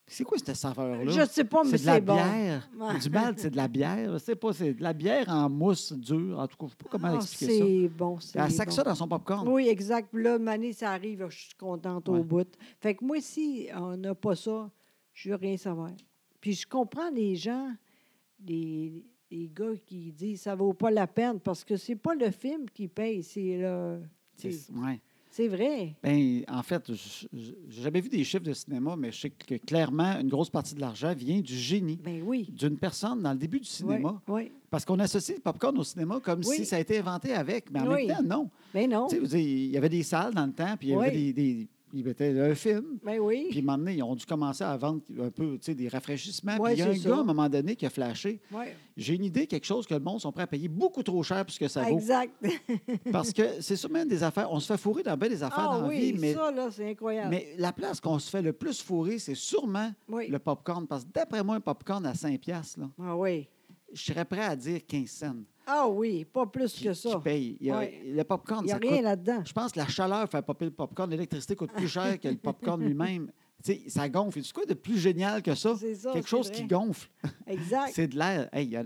Speaker 2: C'est quoi cette saveur-là?
Speaker 1: Je ne sais pas, mais
Speaker 2: c'est de la
Speaker 1: c'est bon.
Speaker 2: bière.
Speaker 1: Ouais.
Speaker 2: Du mal, c'est de la bière. Je sais pas, c'est de la bière en mousse dure. En tout cas, je ne sais pas comment
Speaker 1: Ah,
Speaker 2: expliquer ça. Ben,
Speaker 1: C'est bon, c'est
Speaker 2: Elle sac
Speaker 1: bon.
Speaker 2: ça dans son popcorn.
Speaker 1: Oui, exact. Puis Là, Mané, ça arrive, je suis contente
Speaker 2: Ouais.
Speaker 1: au bout. Fait que moi, si on n'a pas ça, je veux rien savoir. Puis je comprends les gens, les, les gars qui disent ça vaut pas la peine parce que c'est pas le film qui paye, c'est le.
Speaker 2: C'est-
Speaker 1: c'est-
Speaker 2: ouais.
Speaker 1: C'est vrai.
Speaker 2: Ben, en fait, j- j- j'ai jamais vu des chiffres de cinéma, mais je sais que clairement, une grosse partie de l'argent vient du génie
Speaker 1: Ben oui.
Speaker 2: d'une personne dans le début du cinéma.
Speaker 1: Oui. oui.
Speaker 2: Parce qu'on associe le popcorn au cinéma comme
Speaker 1: Oui.
Speaker 2: si ça a été inventé avec, mais en
Speaker 1: Oui.
Speaker 2: même temps, non.
Speaker 1: Ben non.
Speaker 2: Tu sais, je veux dire, il y avait des salles dans le temps, puis il y avait
Speaker 1: Oui.
Speaker 2: des, des- Ils mettaient un film,
Speaker 1: Ben oui.
Speaker 2: puis à un moment donné, ils ont dù commencer à vendre un peu tu sais, des rafraîchissements.
Speaker 1: Ouais,
Speaker 2: puis il y a un
Speaker 1: c'est
Speaker 2: gars,
Speaker 1: ça.
Speaker 2: à un moment donné, qui a flashé.
Speaker 1: Ouais.
Speaker 2: J'ai une idée, quelque chose que le monde sont prêts à payer beaucoup trop cher pour ce que ça vaut.
Speaker 1: Exact.
Speaker 2: Parce que c'est sûrement des affaires. On se fait fourrer dans bien des affaires
Speaker 1: Ah
Speaker 2: dans la
Speaker 1: oui,
Speaker 2: vie, mais,
Speaker 1: ça, là, c'est incroyable.
Speaker 2: mais la place qu'on se fait le plus fourrer, c'est sûrement
Speaker 1: oui.
Speaker 2: le popcorn. Parce que d'après moi, un popcorn à 5 piastres, là,
Speaker 1: Ah oui.
Speaker 2: je serais prêt à dire 15 cents
Speaker 1: Ah oui, pas plus
Speaker 2: qui,
Speaker 1: que
Speaker 2: qui
Speaker 1: ça.
Speaker 2: paye. Il y a-
Speaker 1: Ouais.
Speaker 2: Le
Speaker 1: Il
Speaker 2: popcorn,
Speaker 1: n'y a
Speaker 2: ça
Speaker 1: rien
Speaker 2: coûte.
Speaker 1: là-dedans.
Speaker 2: Je pense que la chaleur fait popper le popcorn. L'électricité coûte plus cher que le popcorn lui-même. Tu sais, ça gonfle. C'est quoi de plus génial que ça?
Speaker 1: C'est ça,
Speaker 2: Quelque
Speaker 1: c'est
Speaker 2: chose
Speaker 1: vrai.
Speaker 2: qui gonfle.
Speaker 1: Exact.
Speaker 2: C'est de l'air. Hey, il y a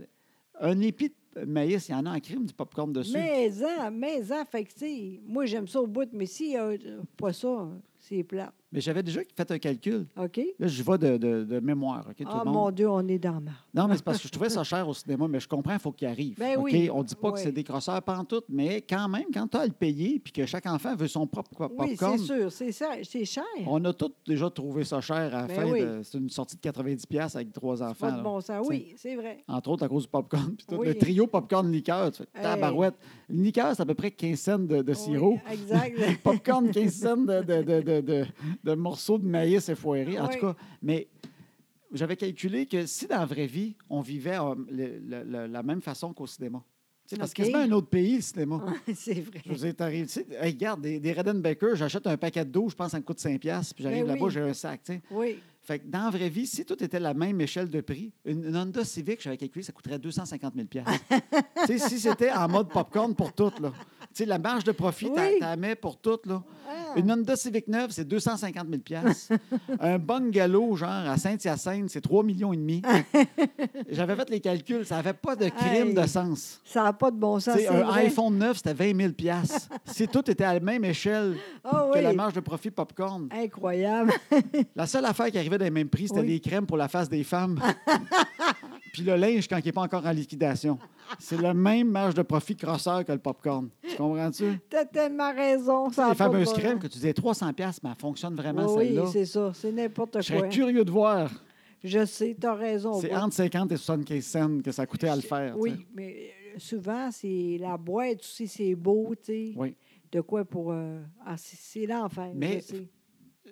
Speaker 2: un épi de maïs, il y en a en crime du popcorn dessus.
Speaker 1: Mais en, mais en, fait que, tu sais, moi, j'aime ça au bout, mais s'il n'y a euh, pas ça, c'est plat.
Speaker 2: Mais j'avais déjà fait un calcul.
Speaker 1: OK?
Speaker 2: Là, je vais de, de- de mémoire, OK, tout
Speaker 1: Ah,
Speaker 2: le monde.
Speaker 1: mon Dieu, on est dans ma.
Speaker 2: Non, mais c'est parce que je trouvais ça cher au cinéma, mais je comprends, il faut qu'il arrive.
Speaker 1: Ben
Speaker 2: OK?
Speaker 1: oui,
Speaker 2: On dit pas que
Speaker 1: ouais.
Speaker 2: c'est des crosseurs pantoute, mais quand même, quand tu as à le payer puis que chaque enfant veut son propre pop-
Speaker 1: Oui,
Speaker 2: popcorn,
Speaker 1: c'est sûr, c'est ça, c'est cher.
Speaker 2: on a tous déjà trouvé ça cher à la
Speaker 1: Ben
Speaker 2: fin.
Speaker 1: oui.
Speaker 2: de- c'est une sortie de 90$ avec trois enfants.
Speaker 1: Pas de
Speaker 2: là.
Speaker 1: bon sens. Oui, c'est vrai.
Speaker 2: Entre autres à cause du popcorn. Puis tout,
Speaker 1: Oui.
Speaker 2: Le trio popcorn-liqueur, tu fais
Speaker 1: Hey.
Speaker 2: tabarouette. Le liqueur, c'est à peu près 15 cents de, de sirop.
Speaker 1: Oui, exact.
Speaker 2: popcorn, 15 cents de, de, de, de- de- de morceaux de maïs et foiré. En
Speaker 1: Oui.
Speaker 2: tout cas, mais j'avais calculé que si dans la vraie vie, on vivait euh, le- le- le- la même façon qu'au cinéma. Tu sais, Parce que
Speaker 1: OK.
Speaker 2: c'est un autre pays, le cinéma.
Speaker 1: c'est vrai.
Speaker 2: Je vous ai t'arrives, tu sais, hey, regarde, des, des Red Baker, j'achète un paquet de dos, je pense que ça me coûte 5$, piastres, puis j'arrive
Speaker 1: Ben
Speaker 2: là-bas,
Speaker 1: oui.
Speaker 2: j'ai un sac. tu sais.
Speaker 1: Oui.
Speaker 2: Fait que dans la vraie vie, si tout était la même échelle de prix, une, une Honda Civic, j'avais calculé, ça coûterait 250 000 Tu sais, Si c'était en mode popcorn pour toutes, là. Tu sais, la marge de profit, tu
Speaker 1: Oui.
Speaker 2: la mets pour toutes. Là.
Speaker 1: Ah,
Speaker 2: Une Honda Civic neuve, c'est 250 000 Un bungalow, genre, à Saint-Hyacinthe, c'est 3 millions et demi. J'avais fait les calculs, ça n'avait pas de crime de
Speaker 1: Aïe.
Speaker 2: sens.
Speaker 1: Ça n'a pas de bon
Speaker 2: Tu
Speaker 1: sens.
Speaker 2: sais,
Speaker 1: C'est
Speaker 2: un
Speaker 1: vrai.
Speaker 2: iPhone 9, c'était 20 000 Si tout était à la même échelle
Speaker 1: Ah
Speaker 2: que
Speaker 1: oui.
Speaker 2: la marge de profit popcorn,
Speaker 1: Incroyable.
Speaker 2: la seule affaire qui arrivait dans les mêmes prix, c'était
Speaker 1: Oui.
Speaker 2: les crèmes pour la face des femmes. Puis le linge quand il n'est pas encore en liquidation. C'est le même marge de profit crosseur que le popcorn. Tu comprends-tu?
Speaker 1: T'as tellement raison. Ça
Speaker 2: Les
Speaker 1: a pas de
Speaker 2: fameuses
Speaker 1: bon
Speaker 2: crèmes
Speaker 1: sens.
Speaker 2: que tu disais 300$, piastres, mais elles fonctionnent vraiment
Speaker 1: Oui,
Speaker 2: celles-là.
Speaker 1: c'est ça. C'est n'importe
Speaker 2: Je serais
Speaker 1: quoi.
Speaker 2: curieux de voir.
Speaker 1: Je sais, t'as raison.
Speaker 2: C'est
Speaker 1: oui.
Speaker 2: entre 50 et 75 cents que ça coûtait à le faire. tu sais.
Speaker 1: Oh, Oui, mais euh, souvent, c'est la boîte aussi, c'est beau, tu sais.
Speaker 2: Oui.
Speaker 1: De quoi pour. euh, ah, c'est- c'est l'enfer. je
Speaker 2: Mais-
Speaker 1: sais.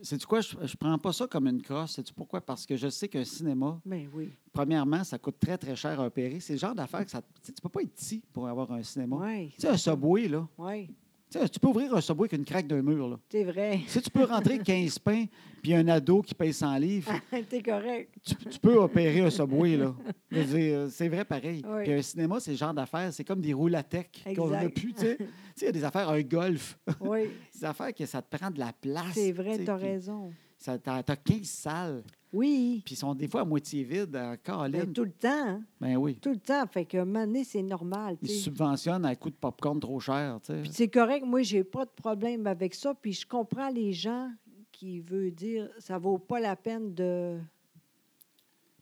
Speaker 2: Sais-tu quoi? Je, je prends pas ça comme une crosse. Sais-tu pourquoi? Parce que je sais qu'un cinéma,
Speaker 1: Mais Ben oui.
Speaker 2: premièrement, ça coûte très, très cher à opérer. C'est le genre d'affaires que ça. Tu sais, tu peux pas être petit pour avoir un cinéma.
Speaker 1: Oui.
Speaker 2: Tu sais, un subway, là.
Speaker 1: Oui,
Speaker 2: Tu sais, tu peux ouvrir un subway qu'une craque d'un mur, là.
Speaker 1: c'est vrai.
Speaker 2: Si tu peux rentrer 15 pains puis un ado qui paye 100 livres,
Speaker 1: T'es correct.
Speaker 2: tu, tu peux opérer un subway, là. Je veux dire, euh, c'est vrai pareil.
Speaker 1: Oui.
Speaker 2: Puis un cinéma, c'est le genre d'affaires, c'est comme des roues latex qu'on n'a
Speaker 1: Exact.
Speaker 2: plus, tu sais. Tu sais, il y a des affaires, un golf,
Speaker 1: Oui,
Speaker 2: des affaires que ça te prend de la place.
Speaker 1: c'est
Speaker 2: tu
Speaker 1: vrai,
Speaker 2: sais,
Speaker 1: t'as
Speaker 2: puis
Speaker 1: raison.
Speaker 2: ça- T'as t'as 15 salles,
Speaker 1: Oui.
Speaker 2: puis ils sont des fois à moitié vides, en
Speaker 1: mais
Speaker 2: colline.
Speaker 1: Ben, tout le temps, hein,
Speaker 2: Ben oui.
Speaker 1: tout le temps. Fait que mané, c'est normal. tu
Speaker 2: Ils se
Speaker 1: sais.
Speaker 2: subventionnent à coup de popcorn trop cher, tu sais.
Speaker 1: Puis c'est correct. Moi, j'ai pas de problème avec ça. Puis je comprends les gens qui veulent dire ça vaut pas la peine de.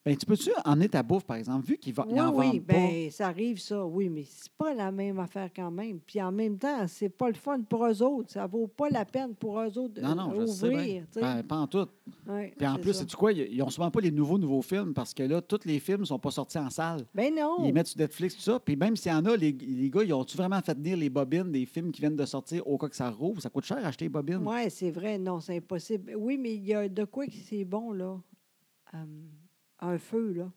Speaker 2: Ben, tu peux-tu emmener ta bouffe, par exemple, vu qu'ils va- ils
Speaker 1: Oui,
Speaker 2: en
Speaker 1: oui, ben,
Speaker 2: vendent pas?
Speaker 1: bien, ça arrive, ça. Oui, mais c'est pas la même affaire quand même. Puis en même temps, c'est pas le fun pour eux autres. Ça vaut pas la peine pour eux autres
Speaker 2: Non, non, je
Speaker 1: d'ouvrir.
Speaker 2: sais bien. Ben, pas en tout.
Speaker 1: ouais,
Speaker 2: Puis en
Speaker 1: c'est
Speaker 2: plus,
Speaker 1: ça.
Speaker 2: c'est quoi? Ils ils ont souvent pas les nouveaux, nouveaux films parce que là, tous les films sont pas sortis en salle.
Speaker 1: Ben non.
Speaker 2: Ils les mettent sur Netflix, tout ça. Puis même s'il y en a, les, les gars, ils ont-tu vraiment fait tenir les bobines des films qui viennent de sortir au cas que ça rouvre? Ça coûte cher acheter les bobines.
Speaker 1: Oui, c'est vrai. Non, c'est impossible. Oui, mais il y a de quoi que c'est bon, là. Euh, un feu, là.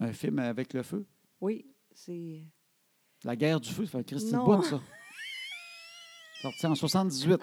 Speaker 2: Un film avec le feu.
Speaker 1: Oui, c'est.
Speaker 2: La guerre du feu, ça fait un Christine
Speaker 1: Non.
Speaker 2: Bout, ça. Sorti en 78.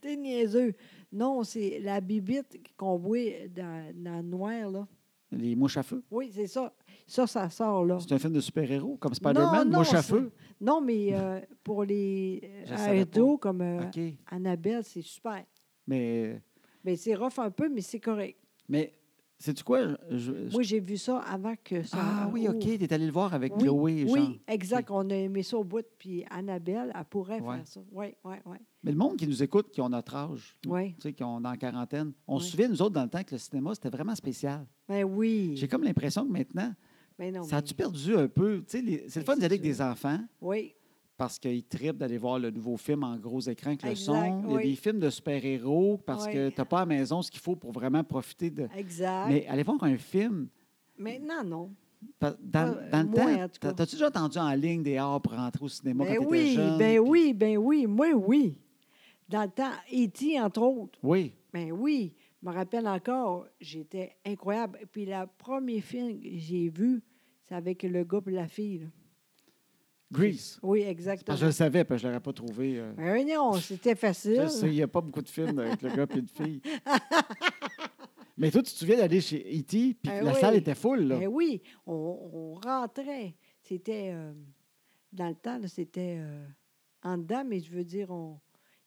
Speaker 1: T'es niaiseux. Non, c'est la bibite qu'on boit dans, dans le noir, là.
Speaker 2: les mouches à feu.
Speaker 1: Oui, c'est ça. Ça, ça sort, là.
Speaker 2: C'est un film de super-héros, comme Spider-Man,
Speaker 1: non,
Speaker 2: mouche à
Speaker 1: c'est-
Speaker 2: feu.
Speaker 1: Non, mais euh, pour les
Speaker 2: Je savais pas.
Speaker 1: ados comme euh,
Speaker 2: OK.
Speaker 1: Annabelle, c'est super.
Speaker 2: Mais
Speaker 1: Bien, c'est rough un peu, mais c'est correct.
Speaker 2: Mais sais-tu quoi? Je- je-
Speaker 1: Moi, j'ai vu ça avant que ça.
Speaker 2: ah oui, OK,
Speaker 1: ouvre.
Speaker 2: tu es allé le voir avec
Speaker 1: Oui,
Speaker 2: Chloé. Jean.
Speaker 1: oui, exact. On a aimé ça au bout, puis Annabelle, elle pourrait
Speaker 2: Ouais.
Speaker 1: faire ça. Oui, oui, oui.
Speaker 2: Mais le monde qui nous écoute, qui ont notre âge,
Speaker 1: Oui.
Speaker 2: tu sais, qui ont dans la quarantaine, on se
Speaker 1: Oui.
Speaker 2: souvient, nous autres, dans le temps, que le cinéma, c'était vraiment spécial.
Speaker 1: Ben oui.
Speaker 2: J'ai comme l'impression que maintenant,
Speaker 1: Ben non,
Speaker 2: ça a-tu
Speaker 1: mais-
Speaker 2: perdu un peu? Tu sais, les- C'est le
Speaker 1: Ben,
Speaker 2: fun
Speaker 1: c'est
Speaker 2: d'aller avec
Speaker 1: sûr.
Speaker 2: des enfants
Speaker 1: Oui,
Speaker 2: parce qu'ils trippent d'aller voir le nouveau film en gros écran avec le
Speaker 1: Exact,
Speaker 2: son. Il y a
Speaker 1: oui.
Speaker 2: des films de super-héros parce
Speaker 1: Oui.
Speaker 2: que tu n'as pas à la maison ce qu'il faut pour vraiment profiter de.
Speaker 1: exact.
Speaker 2: Euh, Mais aller voir un film,
Speaker 1: Maintenant, non.
Speaker 2: pa- dans,
Speaker 1: Ouais,
Speaker 2: dans le
Speaker 1: moins, en
Speaker 2: temps,
Speaker 1: tout cas.
Speaker 2: t'as- t'as-tu déjà entendu en ligne des heures pour rentrer au cinéma
Speaker 1: Ben
Speaker 2: quand tu
Speaker 1: oui,
Speaker 2: jeune?
Speaker 1: ben
Speaker 2: puis-
Speaker 1: oui, ben oui, moi oui. Dans le temps, E.T., entre autres,
Speaker 2: Oui,
Speaker 1: ben oui. Je me rappelle encore, j'étais incroyable. Et Puis le premier film que j'ai vu, c'est avec le gars et la fille. là.
Speaker 2: Grease.
Speaker 1: Oui,
Speaker 2: Parce que je
Speaker 1: exactement.
Speaker 2: le savais, parce que je ne l'aurais pas trouvé. euh,
Speaker 1: Ben non, c'était facile.
Speaker 2: Je sais, il n'y a pas beaucoup de films avec le gars et une fille. Mais toi, tu te souviens d'aller chez E.T., puis que
Speaker 1: Ah
Speaker 2: la
Speaker 1: oui.
Speaker 2: salle était full, là.
Speaker 1: Ben oui, on, on rentrait. C'était, euh, dans le temps, là, c'était euh, en dedans, mais je veux dire, on,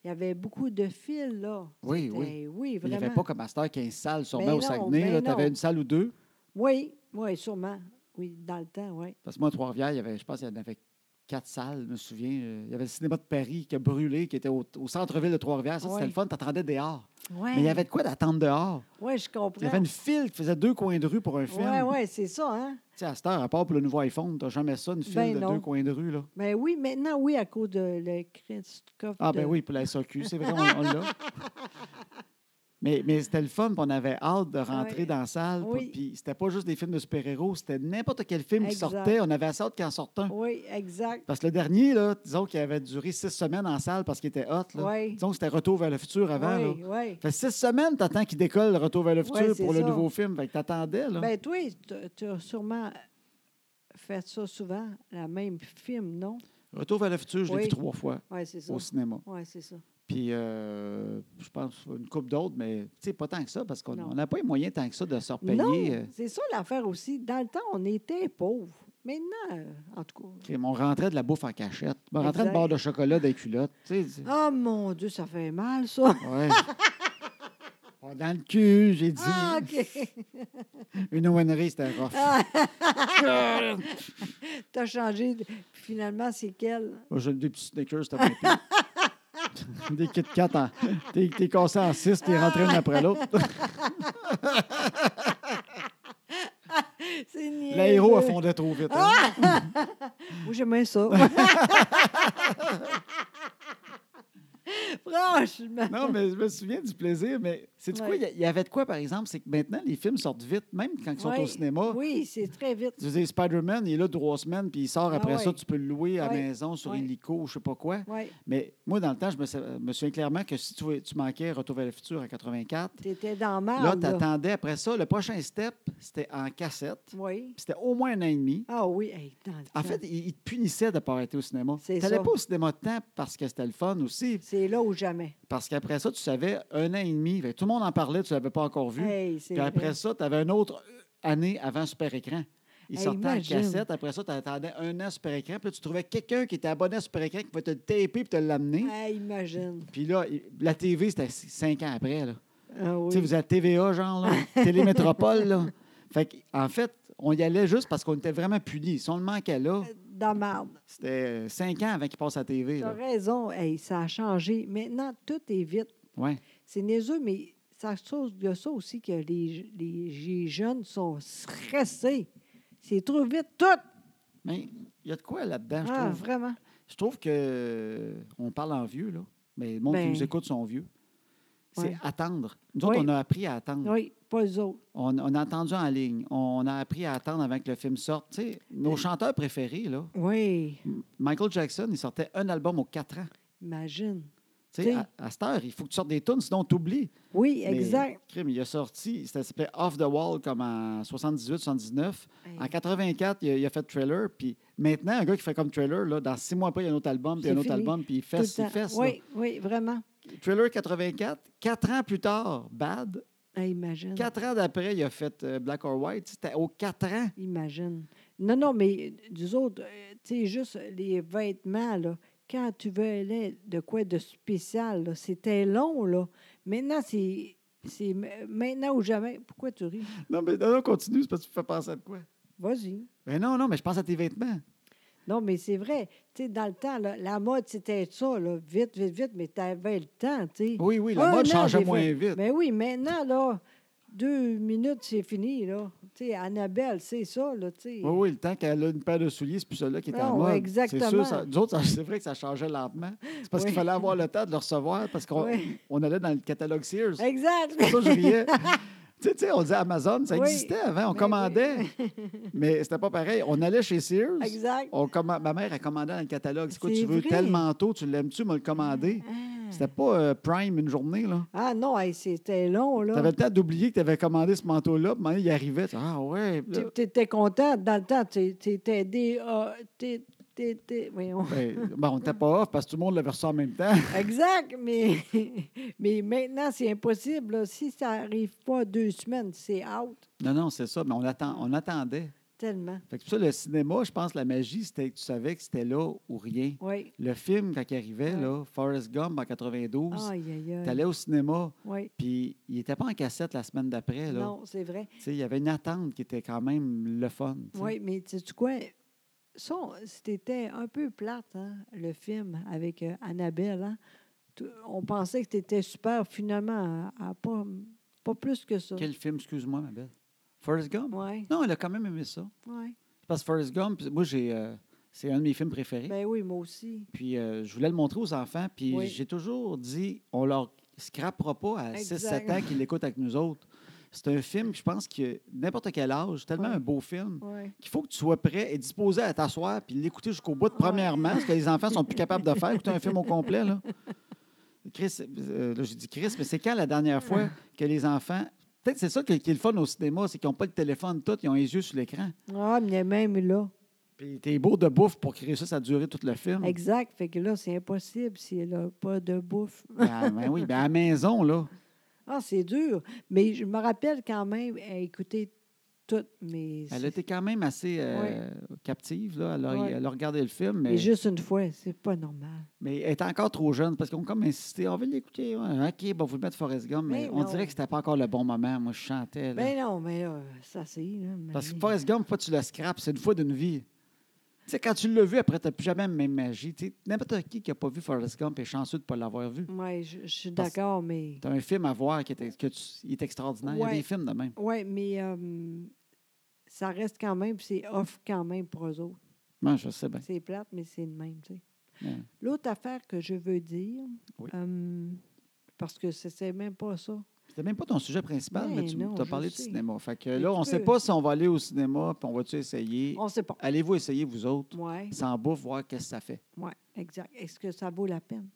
Speaker 1: il y avait beaucoup de fils, là.
Speaker 2: Oui,
Speaker 1: C'était-
Speaker 2: oui.
Speaker 1: Oui,
Speaker 2: Il n'y
Speaker 1: vraiment.
Speaker 2: avait pas comme à cette heure 15 salles, sûrement
Speaker 1: Ben
Speaker 2: au
Speaker 1: non,
Speaker 2: Saguenay.
Speaker 1: ben
Speaker 2: tu avais
Speaker 1: non.
Speaker 2: une salle ou deux.
Speaker 1: Oui, oui, sûrement. Oui, dans le temps, oui.
Speaker 2: Parce que moi, à Trois-Rivières, il y avait, je pense qu'il y en avait quatre salles, je me souviens. Euh, Il y avait le cinéma de Paris qui a brûlé, qui était au, au centre-ville de Trois-Rivières. Ça,
Speaker 1: Ouais.
Speaker 2: c'était le fun, t'attendais dehors.
Speaker 1: Ouais.
Speaker 2: Mais il y avait de quoi d'attendre dehors?
Speaker 1: Oui, je comprends.
Speaker 2: Il y avait une file qui faisait deux coins de rue pour un film.
Speaker 1: Oui, oui, c'est ça, hein?
Speaker 2: Tu sais, à cette heure, à part pour le nouveau iPhone, t'as jamais ça, une file
Speaker 1: Ben
Speaker 2: de
Speaker 1: non.
Speaker 2: deux coins de rue, là.
Speaker 1: Ben oui, maintenant, oui, à cause de le Christophe.
Speaker 2: Ah, ben
Speaker 1: de-
Speaker 2: oui, pour la SAQ, c'est vrai, on, on l'a. Mais, mais c'était le fun, puis on avait hâte de rentrer
Speaker 1: Ouais.
Speaker 2: dans la salle. puis-
Speaker 1: Oui.
Speaker 2: Puis c'était pas juste des films de super-héros, c'était n'importe quel film
Speaker 1: Exact.
Speaker 2: qui sortait. On avait assez hâte qu'il en sorte un.
Speaker 1: Oui, exact.
Speaker 2: Parce que le dernier, là, disons qu'il avait duré six semaines en salle parce qu'il était hot. Là.
Speaker 1: Ouais.
Speaker 2: Disons que c'était Retour vers le futur avant. là.
Speaker 1: oui, oui.
Speaker 2: Fait six semaines, t'attends qu'il décolle Retour vers le
Speaker 1: Ouais,
Speaker 2: futur
Speaker 1: c'est
Speaker 2: pour le
Speaker 1: ça.
Speaker 2: nouveau film. Fait que t'attendais, là.
Speaker 1: Ben toi, tu- tu as sûrement fait ça souvent, la même film, non?
Speaker 2: Retour vers le futur, je l'ai
Speaker 1: Oui.
Speaker 2: vu trois fois
Speaker 1: Oui, c'est ça.
Speaker 2: au cinéma.
Speaker 1: Oui, c'est ça.
Speaker 2: Puis, euh, je pense une coupe d'autres, mais tu sais, pas tant que ça, parce qu'on
Speaker 1: Non.
Speaker 2: on n'a pas les moyens tant que ça de se repayer. euh,
Speaker 1: Non, c'est ça l'affaire aussi. Dans le temps, on était pauvres. Maintenant, euh, en tout cas.
Speaker 2: crime. On rentrait de la bouffe en cachette. On rentrait de
Speaker 1: Exact.
Speaker 2: barre de chocolat des culottes. tu sais, c'est-
Speaker 1: Oh mon Dieu, ça fait mal, ça.
Speaker 2: Ouais. Pas Dans le cul, j'ai dit.
Speaker 1: Ah, OK.
Speaker 2: Une ouannerie, c'était rough.
Speaker 1: T'as changé. de- Finalement, c'est quel?
Speaker 2: Moi, j'ai des petits sneakers, c'était bien pire. Des Kit Kat. en- T'es t'es cassé en six, t'es rentré une après l'autre.
Speaker 1: Ah, C'est niaiseux.
Speaker 2: L'aéro, elle fondait trop vite. hein.
Speaker 1: Ah! Moi, j'aimais ça. Franchement.
Speaker 2: Non, mais je me souviens du plaisir, mais c'est du quoi?
Speaker 1: Ouais.
Speaker 2: Il y a- il y avait de quoi, par exemple? C'est que maintenant, les films sortent vite, même quand ils sont
Speaker 1: Ouais.
Speaker 2: au cinéma.
Speaker 1: Oui, c'est très vite.
Speaker 2: Tu dis Spider-Man, il est là trois semaines, puis il sort
Speaker 1: Ah
Speaker 2: après ça,
Speaker 1: ouais.
Speaker 2: tu peux le louer à la
Speaker 1: Ouais.
Speaker 2: maison sur
Speaker 1: Ouais.
Speaker 2: Illico, je sais pas quoi.
Speaker 1: Oui,
Speaker 2: Mais moi, dans le temps, je me, sou- me souviens clairement que si tu, tu manquais Retour vers le futur en 84,
Speaker 1: t'étais dans
Speaker 2: là,
Speaker 1: mal.
Speaker 2: tu attendais après ça. Le prochain step, c'était en cassette. puis
Speaker 1: Oui.
Speaker 2: C'était au moins un an et demi.
Speaker 1: Ah oui, hey, dans le
Speaker 2: En
Speaker 1: temps.
Speaker 2: fait, il, il te punissait de ne pas arrêter au cinéma. Tu
Speaker 1: C'est
Speaker 2: n'allais
Speaker 1: ça.
Speaker 2: pas au cinéma de temps parce que c'était le fun aussi.
Speaker 1: c'est là ou jamais.
Speaker 2: Parce qu'après ça, tu savais un an et demi. fait que tout le monde en parlait, tu ne l'avais pas encore vu.
Speaker 1: Hey, c'est
Speaker 2: Puis après
Speaker 1: vrai.
Speaker 2: ça, tu avais une autre euh, année avant Super Écran. Il
Speaker 1: Hey,
Speaker 2: sortait
Speaker 1: imagine.
Speaker 2: en cassette. Après ça, tu attendais un an Super Écran. Puis là, tu trouvais quelqu'un qui était abonné à Super Écran qui pouvait te le taper et te l'amener.
Speaker 1: Hey, imagine.
Speaker 2: Puis là, il- la TV, c'était c- cinq ans après. Là.
Speaker 1: Ah
Speaker 2: Tu sais,
Speaker 1: oui.
Speaker 2: vous êtes TVA, genre, là, Télémétropole. Là. Fait que, en fait, on y allait juste parce qu'on était vraiment punis. Si on le manquait là,
Speaker 1: Euh, Dans marde.
Speaker 2: c'était euh, cinq ans avant qu'il passe à la TV.
Speaker 1: T'as
Speaker 2: Là.
Speaker 1: raison. Hey, ça a changé. Maintenant, tout est vite.
Speaker 2: Ouais.
Speaker 1: C'est niaiseux, mais ça chose- il y a ça aussi que les, les, les jeunes sont stressés. C'est trop vite, tout.
Speaker 2: Mais il y a de quoi là-dedans, je
Speaker 1: Ah,
Speaker 2: trouve.
Speaker 1: vraiment.
Speaker 2: Je trouve que euh, on parle en vieux, là. Mais le monde qui
Speaker 1: Ben.
Speaker 2: nous écoute sont vieux. C'est
Speaker 1: Ouais.
Speaker 2: attendre. Nous autres,
Speaker 1: Oui.
Speaker 2: on a appris à attendre.
Speaker 1: Oui, pas eux autres.
Speaker 2: On, on a attendu en ligne. On a appris à attendre avant que le film sorte. Tu sais, nos chanteurs préférés, là,
Speaker 1: Oui,
Speaker 2: Michael Jackson, il sortait un album aux quatre ans.
Speaker 1: imagine.
Speaker 2: Tu sais,
Speaker 1: Tu sais.
Speaker 2: à, à cette heure, il faut que tu sortes des tunes, sinon tu oublies.
Speaker 1: Oui, exact.
Speaker 2: crime, il a sorti, ça s'appelait Off the Wall comme en 78-79.
Speaker 1: Hey.
Speaker 2: En 84, il a, il a fait Trailer. Puis maintenant, un gars qui fait comme Trailer, là, dans six mois après, il y a un autre album, puis
Speaker 1: C'est
Speaker 2: un autre
Speaker 1: fini.
Speaker 2: album, puis il
Speaker 1: Tout le
Speaker 2: fesse, il
Speaker 1: temps.
Speaker 2: fesse. là.
Speaker 1: oui, oui, vraiment.
Speaker 2: Thriller 84. Quatre ans plus tard, Bad.
Speaker 1: Hey, imagine.
Speaker 2: Quatre ans d'après, il a fait euh, Black or White. C'était aux quatre ans.
Speaker 1: Imagine. Non, non, mais du autres, euh, tu sais, juste les vêtements, là, quand tu veux aller de quoi de spécial, là, c'était long, là. Maintenant, c'est C'est m- maintenant ou jamais. Pourquoi tu ris?
Speaker 2: Non, mais non, non, continue, c'est parce que tu me fais penser à de quoi?
Speaker 1: Vas-y.
Speaker 2: Mais non, non, mais je pense à tes vêtements.
Speaker 1: Non, mais c'est vrai. Tu sais, dans le temps, là, la mode, c'était ça, là, vite, vite, vite, mais tu avais le temps, tu sais.
Speaker 2: Oui, oui, la
Speaker 1: Un
Speaker 2: mode
Speaker 1: an,
Speaker 2: changeait
Speaker 1: des
Speaker 2: moins
Speaker 1: fois.
Speaker 2: vite.
Speaker 1: Mais oui, maintenant, là, deux minutes, c'est fini, là. Tu sais, Annabelle, c'est ça, là, tu sais.
Speaker 2: Oui, oui, le temps qu'elle a une paire de souliers, c'est plus celle-là qui est en
Speaker 1: Non,
Speaker 2: mode.
Speaker 1: Ah exactement.
Speaker 2: C'est sûr, ça- nous autres, ça- c'est vrai que ça changeait lentement. C'est parce qu'il
Speaker 1: Oui.
Speaker 2: fallait avoir le temps de le recevoir parce qu'on
Speaker 1: Oui.
Speaker 2: on allait dans le catalogue Sears. C'est
Speaker 1: Exact.
Speaker 2: pour ça que je riais. Tu sais, tu sais, on disait Amazon, ça
Speaker 1: Oui.
Speaker 2: existait avant, on
Speaker 1: Mais
Speaker 2: commandait. Mais c'était pas pareil. On allait chez Sears.
Speaker 1: Exact.
Speaker 2: On comma- Ma mère, elle commandait dans le catalogue. C'est quoi,
Speaker 1: C'est
Speaker 2: tu veux
Speaker 1: vrai.
Speaker 2: tel manteau, tu l'aimes-tu, m'a le commandé. C'était pas euh, prime une journée, là.
Speaker 1: Ah non, hey, c'était long,
Speaker 2: Tu
Speaker 1: là.
Speaker 2: avais le temps d'oublier que tu avais commandé ce manteau-là. Puis, à un moment donné, il arrivait. tu dis, Ah, ouais. Puis là,
Speaker 1: Tu étais content dans le temps. Tu étais des. ah, t'é- t'é- t'é- voyons.
Speaker 2: ben, ben, on n'était pas off parce que tout le monde l'avait reçu en même temps.
Speaker 1: Exact, mais, mais maintenant, c'est impossible. là. Si ça n'arrive pas deux semaines, c'est out
Speaker 2: Non, non, c'est ça. Mais on, attend, on attendait.
Speaker 1: tellement.
Speaker 2: Fait que c'est pour ça, le cinéma, je pense, la magie, c'était que tu savais que c'était là ou rien.
Speaker 1: Oui.
Speaker 2: Le film, quand il arrivait,
Speaker 1: Ouais.
Speaker 2: là, Forrest Gump en 92,
Speaker 1: Aïe, aïe,
Speaker 2: tu
Speaker 1: aïe.
Speaker 2: allais au cinéma,
Speaker 1: Oui.
Speaker 2: puis il n'était pas en cassette la semaine d'après. là.
Speaker 1: Non, c'est vrai.
Speaker 2: Tu sais, Il y avait une attente qui était quand même le fun. tu sais.
Speaker 1: Oui, mais tu sais quoi? Ça, on- c'était un peu plate, hein, le film avec euh, Annabelle. hein. Tout- On pensait que c'était super. Finalement, à- à pas, pas plus que ça.
Speaker 2: Quel film, excuse-moi, ma belle? Forrest Gump?
Speaker 1: Oui,
Speaker 2: Non, elle a quand même aimé ça.
Speaker 1: oui.
Speaker 2: C'est Parce que Forrest Gump, moi, j'ai, euh, c'est un de mes films préférés.
Speaker 1: Ben oui, moi aussi.
Speaker 2: Puis euh, je voulais le montrer aux enfants. Puis
Speaker 1: Oui.
Speaker 2: j'ai toujours dit, on leur scrapera pas à
Speaker 1: Exact.
Speaker 2: 6-7 ans qu'ils l'écoutent avec nous autres. C'est un film, que je pense que n'importe quel âge, tellement
Speaker 1: Ouais.
Speaker 2: un beau film,
Speaker 1: Oui.
Speaker 2: qu'il faut que tu sois prêt et disposé à t'asseoir puis l'écouter jusqu'au bout, de premièrement, ce que les enfants sont plus capables de faire, écouter un film au complet. Là, Chris, euh, là j'ai dit Chris, mais c'est quand la dernière fois que les enfants. Peut-être c'est ça que- qui est le fun au cinéma, c'est qu'ils n'ont pas le téléphone tout, ils ont les yeux sur l'écran.
Speaker 1: Ah, mais même là.
Speaker 2: Puis t'es beau de bouffe pour créer ça, ça a duré tout le film.
Speaker 1: Exact. Fait que là, c'est impossible s'il n'a pas de bouffe.
Speaker 2: Ben, ben oui, ben à la maison, là.
Speaker 1: Ah, c'est dur. Mais je me rappelle quand même, euh, écoutez, toutes mes.
Speaker 2: Elle était quand même assez euh, captive. Là. Elle, a,
Speaker 1: Ouais.
Speaker 2: elle a regardé le film, mais,
Speaker 1: Mais juste une fois, c'est pas normal.
Speaker 2: mais elle était encore trop jeune parce qu'on a comme insisté. On veut l'écouter. ouais. OK, bon, vous le mettre Forrest Gump, mais,
Speaker 1: Mais
Speaker 2: on
Speaker 1: Ben non.
Speaker 2: dirait que c'était pas encore le bon moment. Moi, je chantais. là.
Speaker 1: Ben non, mais là, ça c'est. là,
Speaker 2: parce que
Speaker 1: mais-
Speaker 2: Forrest Gump, pas tu le scrapes, c'est une fois d'une vie. Tu sais, quand tu l'as vu, après, tu n'as plus jamais la même magie. Tu sais, N'importe qui qui n'a pas vu Forrest Gump est chanceux de ne pas l'avoir vu.
Speaker 1: Oui, je, je suis
Speaker 2: Parce-
Speaker 1: d'accord, mais.
Speaker 2: Tu as un film à voir qui est, ex- que tu- il est extraordinaire. Il y
Speaker 1: Ouais.
Speaker 2: a des films de même.
Speaker 1: Oui, mais euh, ça reste quand même, c'est off quand même pour eux autres.
Speaker 2: Moi, je sais bien.
Speaker 1: C'est plate, mais c'est le même, tu sais.
Speaker 2: Ouais.
Speaker 1: L'autre affaire que je veux dire,
Speaker 2: Oui.
Speaker 1: euh, parce que c'est- c'est même pas ça.
Speaker 2: C'était même pas ton sujet principal, mais
Speaker 1: Ben
Speaker 2: tu
Speaker 1: non,
Speaker 2: as
Speaker 1: je
Speaker 2: parlé de
Speaker 1: sais. Ben
Speaker 2: cinéma. Fait que
Speaker 1: Mais
Speaker 2: là,
Speaker 1: tu
Speaker 2: on ne sait
Speaker 1: peux.
Speaker 2: pas si on va aller au cinéma, puis on va-tu essayer.
Speaker 1: On sait pas.
Speaker 2: Allez-vous essayer, vous autres,
Speaker 1: Oui,
Speaker 2: sans bouffe, voir qu'est-ce que ça fait.
Speaker 1: oui, exact. Est-ce que ça vaut la peine?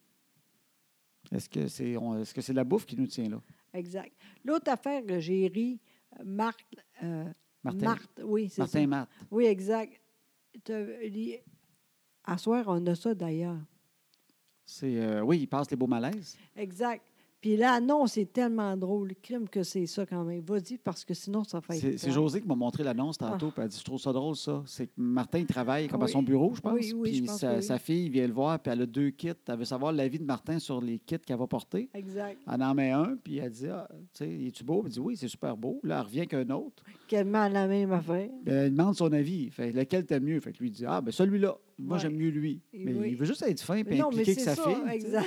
Speaker 2: Est-ce que c'est on- est-ce que c'est la bouffe qui nous tient là?
Speaker 1: Exact. L'autre affaire que j'ai ri, Marc. euh,
Speaker 2: Martin,
Speaker 1: Marthe, oui, c'est
Speaker 2: Martin
Speaker 1: ça.
Speaker 2: et Marthe.
Speaker 1: Oui, exact. T'as li- À soir, on a ça d'ailleurs.
Speaker 2: C'est, euh, oui, il passe les beaux malaises.
Speaker 1: Exact. Puis là, non, c'est tellement drôle. Le crime que c'est ça quand même. Vas-y, parce que sinon, ça fait.
Speaker 2: C'est c'est
Speaker 1: plate.
Speaker 2: José qui m'a montré l'annonce tantôt, puis elle dit Je trouve ça drôle, ça. C'est que Martin, il travaille comme
Speaker 1: Ah.
Speaker 2: à
Speaker 1: Oui.
Speaker 2: son bureau, je pense.
Speaker 1: Oui, oui, je
Speaker 2: puis
Speaker 1: pense
Speaker 2: sa,
Speaker 1: que oui.
Speaker 2: sa fille vient le voir, puis elle a deux kits. Elle veut savoir l'avis de Martin sur les kits qu'elle va porter.
Speaker 1: Exact.
Speaker 2: Elle en met un, puis elle dit Ah, tu sais, es-tu beau? Elle dit Oui, c'est super beau. Là, elle revient avec un autre.
Speaker 1: Quellement la même affaire.
Speaker 2: Ben, elle demande son avis. Fait, lequel t'aimes mieux? Fait que lui il dit Ah, ben celui-là. Moi,
Speaker 1: Ouais.
Speaker 2: j'aime mieux lui.
Speaker 1: Et
Speaker 2: Mais
Speaker 1: oui.
Speaker 2: il veut juste être fin
Speaker 1: Mais
Speaker 2: et impliquer que sa fille. tu sais.
Speaker 1: Exact.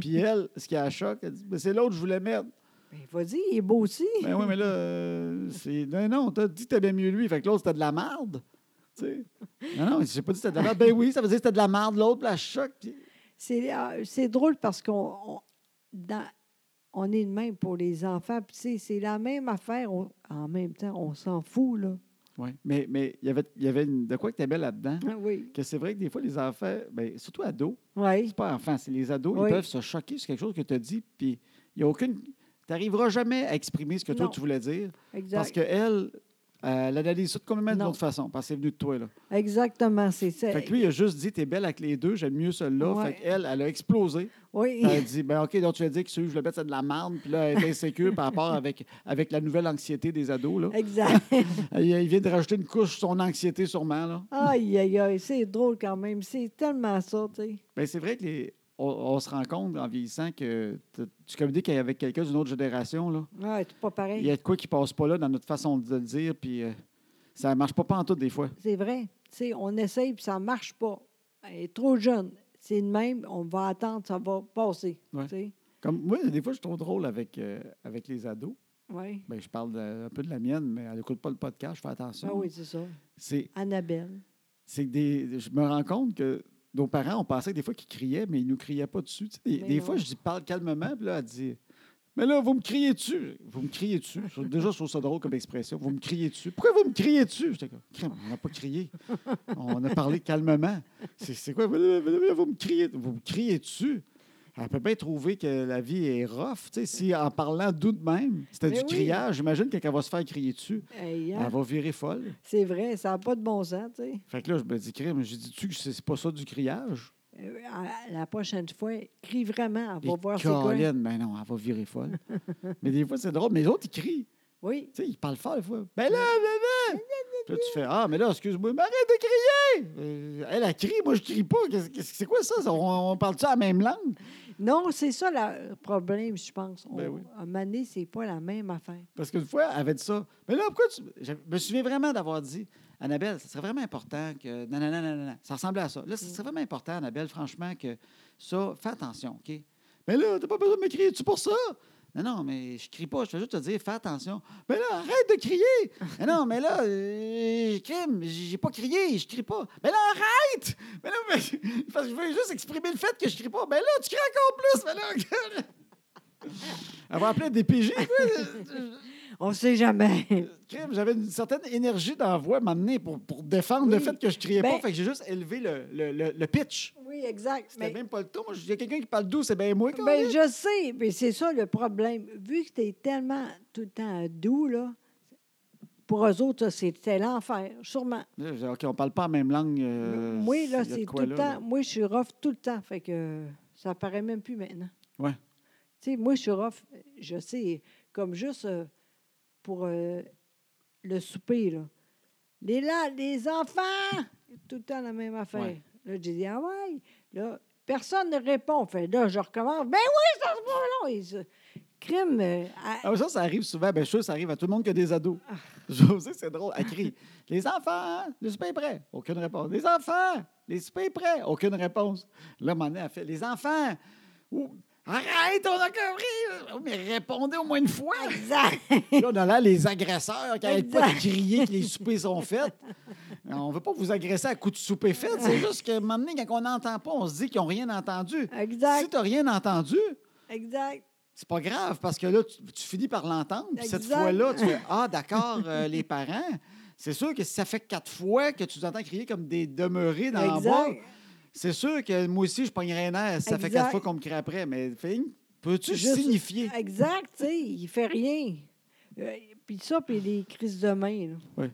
Speaker 2: Puis elle, ce qui a choc, elle dit Ben, C'est l'autre, je voulais mettre.
Speaker 1: Ben, vas-y, il est beau aussi.
Speaker 2: Ben oui, mais là, euh, c'est. Non, non, t'as dit que t'aimais mieux lui. Fait que l'autre, c'était de la merde. Tu sais. Non, non, j'ai pas dit que c'était de la merde. Ben oui, ça veut dire que c'était de la merde, l'autre, puis la choc. puis-
Speaker 1: C'est, ah, c'est drôle parce qu'on on, dans- on est de même pour les enfants. Puis, tu sais, c'est la même affaire. On- en même temps, on s'en fout, là.
Speaker 2: Ouais. Mais mais il y avait, il y avait une- de quoi que t'aimais là-dedans?
Speaker 1: Ah Oui.
Speaker 2: Que c'est vrai que des fois, les enfants, ben, surtout ados,
Speaker 1: Oui.
Speaker 2: C'est pas enfant, c'est les ados.
Speaker 1: Oui.
Speaker 2: Ils peuvent se choquer sur quelque chose que tu as dit, puis il n'y a aucune. Tu n'arriveras jamais à exprimer ce que toi
Speaker 1: Non.
Speaker 2: tu voulais dire,
Speaker 1: Exact.
Speaker 2: parce qu'elle, elle analyse ça de complètement d'une
Speaker 1: Non.
Speaker 2: autre façon, parce que c'est venu de toi. Là.
Speaker 1: Exactement, c'est ça.
Speaker 2: Fait que lui, il a juste dit T'es belle avec les deux, j'aime mieux celle-là.
Speaker 1: Ouais.
Speaker 2: Fait qu'elle, elle a explosé.
Speaker 1: Oui,
Speaker 2: Elle a dit Ben, OK, donc tu as dit que celui que je le bête, c'est de la merde, puis là, elle est insécure par rapport avec, avec la nouvelle anxiété des ados. Là.
Speaker 1: exact.
Speaker 2: Il, il vient de rajouter une couche sur son anxiété, sûrement. Là.
Speaker 1: Aïe, aïe, aïe, c'est drôle quand même. C'est tellement ça, tu sais.
Speaker 2: Ben, c'est vrai que les. on, on se rend compte en vieillissant que t- tu communiques avec quelqu'un d'une autre génération. Là.
Speaker 1: Ouais, c'est pas
Speaker 2: Il
Speaker 1: pareil.
Speaker 2: y a de quoi qui passe pas là dans notre façon de le dire, puis euh, ça marche pas pas en tout des fois.
Speaker 1: C'est vrai. Tu sais, on essaye, puis ça marche pas. Elle est trop jeune. C'est de même, on va attendre, ça va passer.
Speaker 2: Ouais.
Speaker 1: Tu sais,
Speaker 2: Comme moi, des fois, je suis trop drôle avec, euh, avec les ados.
Speaker 1: ouais.
Speaker 2: Ben, je parle de- un peu de la mienne, mais elle n'écoute pas le podcast, je fais attention.
Speaker 1: Ah oui, c'est ça.
Speaker 2: C'est
Speaker 1: Annabelle.
Speaker 2: c'est que des. Je me rends compte que nos parents, on pensait que des fois qu'ils criaient, mais ils nous criaient pas dessus. Tu sais, des
Speaker 1: Mais
Speaker 2: des
Speaker 1: non.
Speaker 2: fois, je dis parle calmement, puis là, elle dit Mais là, vous me criez dessus. Vous me criez dessus. Je- Déjà, je trouve ça drôle comme expression. Vous me criez dessus. Pourquoi vous me criez dessus J'étais comme Crime, on n'a pas crié. On a parlé calmement. C'est c'est quoi Vous me criez, vous me criez dessus. Elle peut bien trouver que la vie est rough. tu sais, Si en parlant d'où de même, c'était
Speaker 1: Mais
Speaker 2: du
Speaker 1: Ben oui.
Speaker 2: criage, j'imagine que quand elle va se faire crier dessus,
Speaker 1: Hey, hein?
Speaker 2: elle va virer folle.
Speaker 1: C'est vrai, ça n'a pas de bon sens, tu sais.
Speaker 2: Fait que là, je me dis, crime, j'ai dit, tu que c'est c'est pas ça du criage?
Speaker 1: Euh, à- La prochaine fois, crie vraiment, on va
Speaker 2: Et
Speaker 1: voir c'est quoi.
Speaker 2: Caroline, ben non, elle va virer folle. mais des fois, c'est drôle, mais les autres, ils crient.
Speaker 1: Oui,
Speaker 2: Tu sais, ils parlent fort, des fois. Ben là, ben, ben! Puis là, tu fais, ah, mais là, excuse-moi, mais arrête de crier! Euh, elle, elle crie, moi, je crie pas. Qu'est-ce- qu'est-ce que- C'est quoi ça? ça? On, on parle-tu la même langue?
Speaker 1: Non, c'est ça la- le problème, je pense. On,
Speaker 2: Ben oui.
Speaker 1: À un moment donné, c'est pas la même affaire.
Speaker 2: Parce qu'une fois, elle avait dit ça. Mais là, pourquoi tu. Je me souviens vraiment d'avoir dit, Annabelle, ça serait vraiment important que. Non, non, non, non, non, non. Ça ressemblait à ça. Là, ça serait vraiment important, Annabelle, franchement, que ça. Fais attention, OK? Mais là, t'as pas besoin de me crier, tu pour ça? Non, non, mais je crie pas, je veux juste te dire, fais attention. Mais là, arrête de crier! Mais non, mais là, euh, crime, j'ai pas crié, je crie pas. Mais là, arrête! Mais là, mais- parce que je veux juste exprimer le fait que je crie pas. Mais là, tu cries encore plus! Mais là, regarde! Elle va appeler des PJ, quoi.
Speaker 1: On sait jamais.
Speaker 2: Crime, j'avais une certaine énergie dans la voix m'amener pour, pour défendre le
Speaker 1: Oui.
Speaker 2: fait que je criais pas.
Speaker 1: Ben-
Speaker 2: Fait que j'ai juste élevé le, le, le- le pitch.
Speaker 1: oui, exact.
Speaker 2: C'était
Speaker 1: Mais,
Speaker 2: même pas le ton. Il y a quelqu'un qui parle doux, c'est bien moi. quand
Speaker 1: ben,
Speaker 2: même.
Speaker 1: je sais, mais c'est ça le problème. Vu que tu es tellement tout le temps doux, là, pour eux autres, ça, c'était l'enfer, sûrement.
Speaker 2: Là, je dis, OK, on parle pas la même langue. euh,
Speaker 1: moi, là,
Speaker 2: il y a de
Speaker 1: c'est tout
Speaker 2: quoi,
Speaker 1: le
Speaker 2: là,
Speaker 1: temps.
Speaker 2: là?
Speaker 1: Moi, je suis rough tout le temps. Fait que ça paraît même plus maintenant.
Speaker 2: Ouais.
Speaker 1: Tu sais, moi, je suis rough, je sais, comme juste euh, pour euh, le souper, là. Les, la- les enfants! Tout le temps la même affaire.
Speaker 2: Ouais.
Speaker 1: Là, j'ai dit, ah ouais. Là, personne ne répond. Fait là, je recommence. Ben oui, ça se voit long. Et ça- crime. euh, à-
Speaker 2: Ah, mais ça, ça arrive souvent. Ben, je suis sûr que ça arrive à tout le monde qui a des ados.
Speaker 1: Ah.
Speaker 2: Je sais, c'est drôle. Elle crie Les enfants, le super est prêt. Aucune réponse. Les enfants, les super est prêt. Aucune réponse. Là, à un moment donné, elle fait Les enfants, ou- arrête, on a compris. Oh, Mais répondez au moins une fois.
Speaker 1: Exact.
Speaker 2: Là, on a là les agresseurs qui n'arrêtent pas de
Speaker 1: Exact.
Speaker 2: crier que les soupers sont faits. On ne veut pas vous agresser à coups de souper faits. C'est juste que maintenant, quand on n'entend pas, on se dit qu'ils n'ont rien entendu. Si
Speaker 1: Exact.
Speaker 2: tu n'as rien entendu,
Speaker 1: Exact.
Speaker 2: c'est pas grave parce que là, tu, tu finis par l'entendre. Puis Cette
Speaker 1: Exact.
Speaker 2: fois-là, tu fais Ah, d'accord, euh, les parents. C'est sûr que si ça fait quatre fois que tu t'entends crier comme des demeurés dans la boîte,
Speaker 1: Exact.
Speaker 2: c'est sûr que moi aussi, je pognerais un air si ça fait
Speaker 1: Exact.
Speaker 2: quatre fois qu'on me crie après. Mais Fing, peux-tu
Speaker 1: Juste-
Speaker 2: signifier?
Speaker 1: Exact, tu sais, il fait rien. Euh, puis ça, puis les crises de main, là.
Speaker 2: Oui,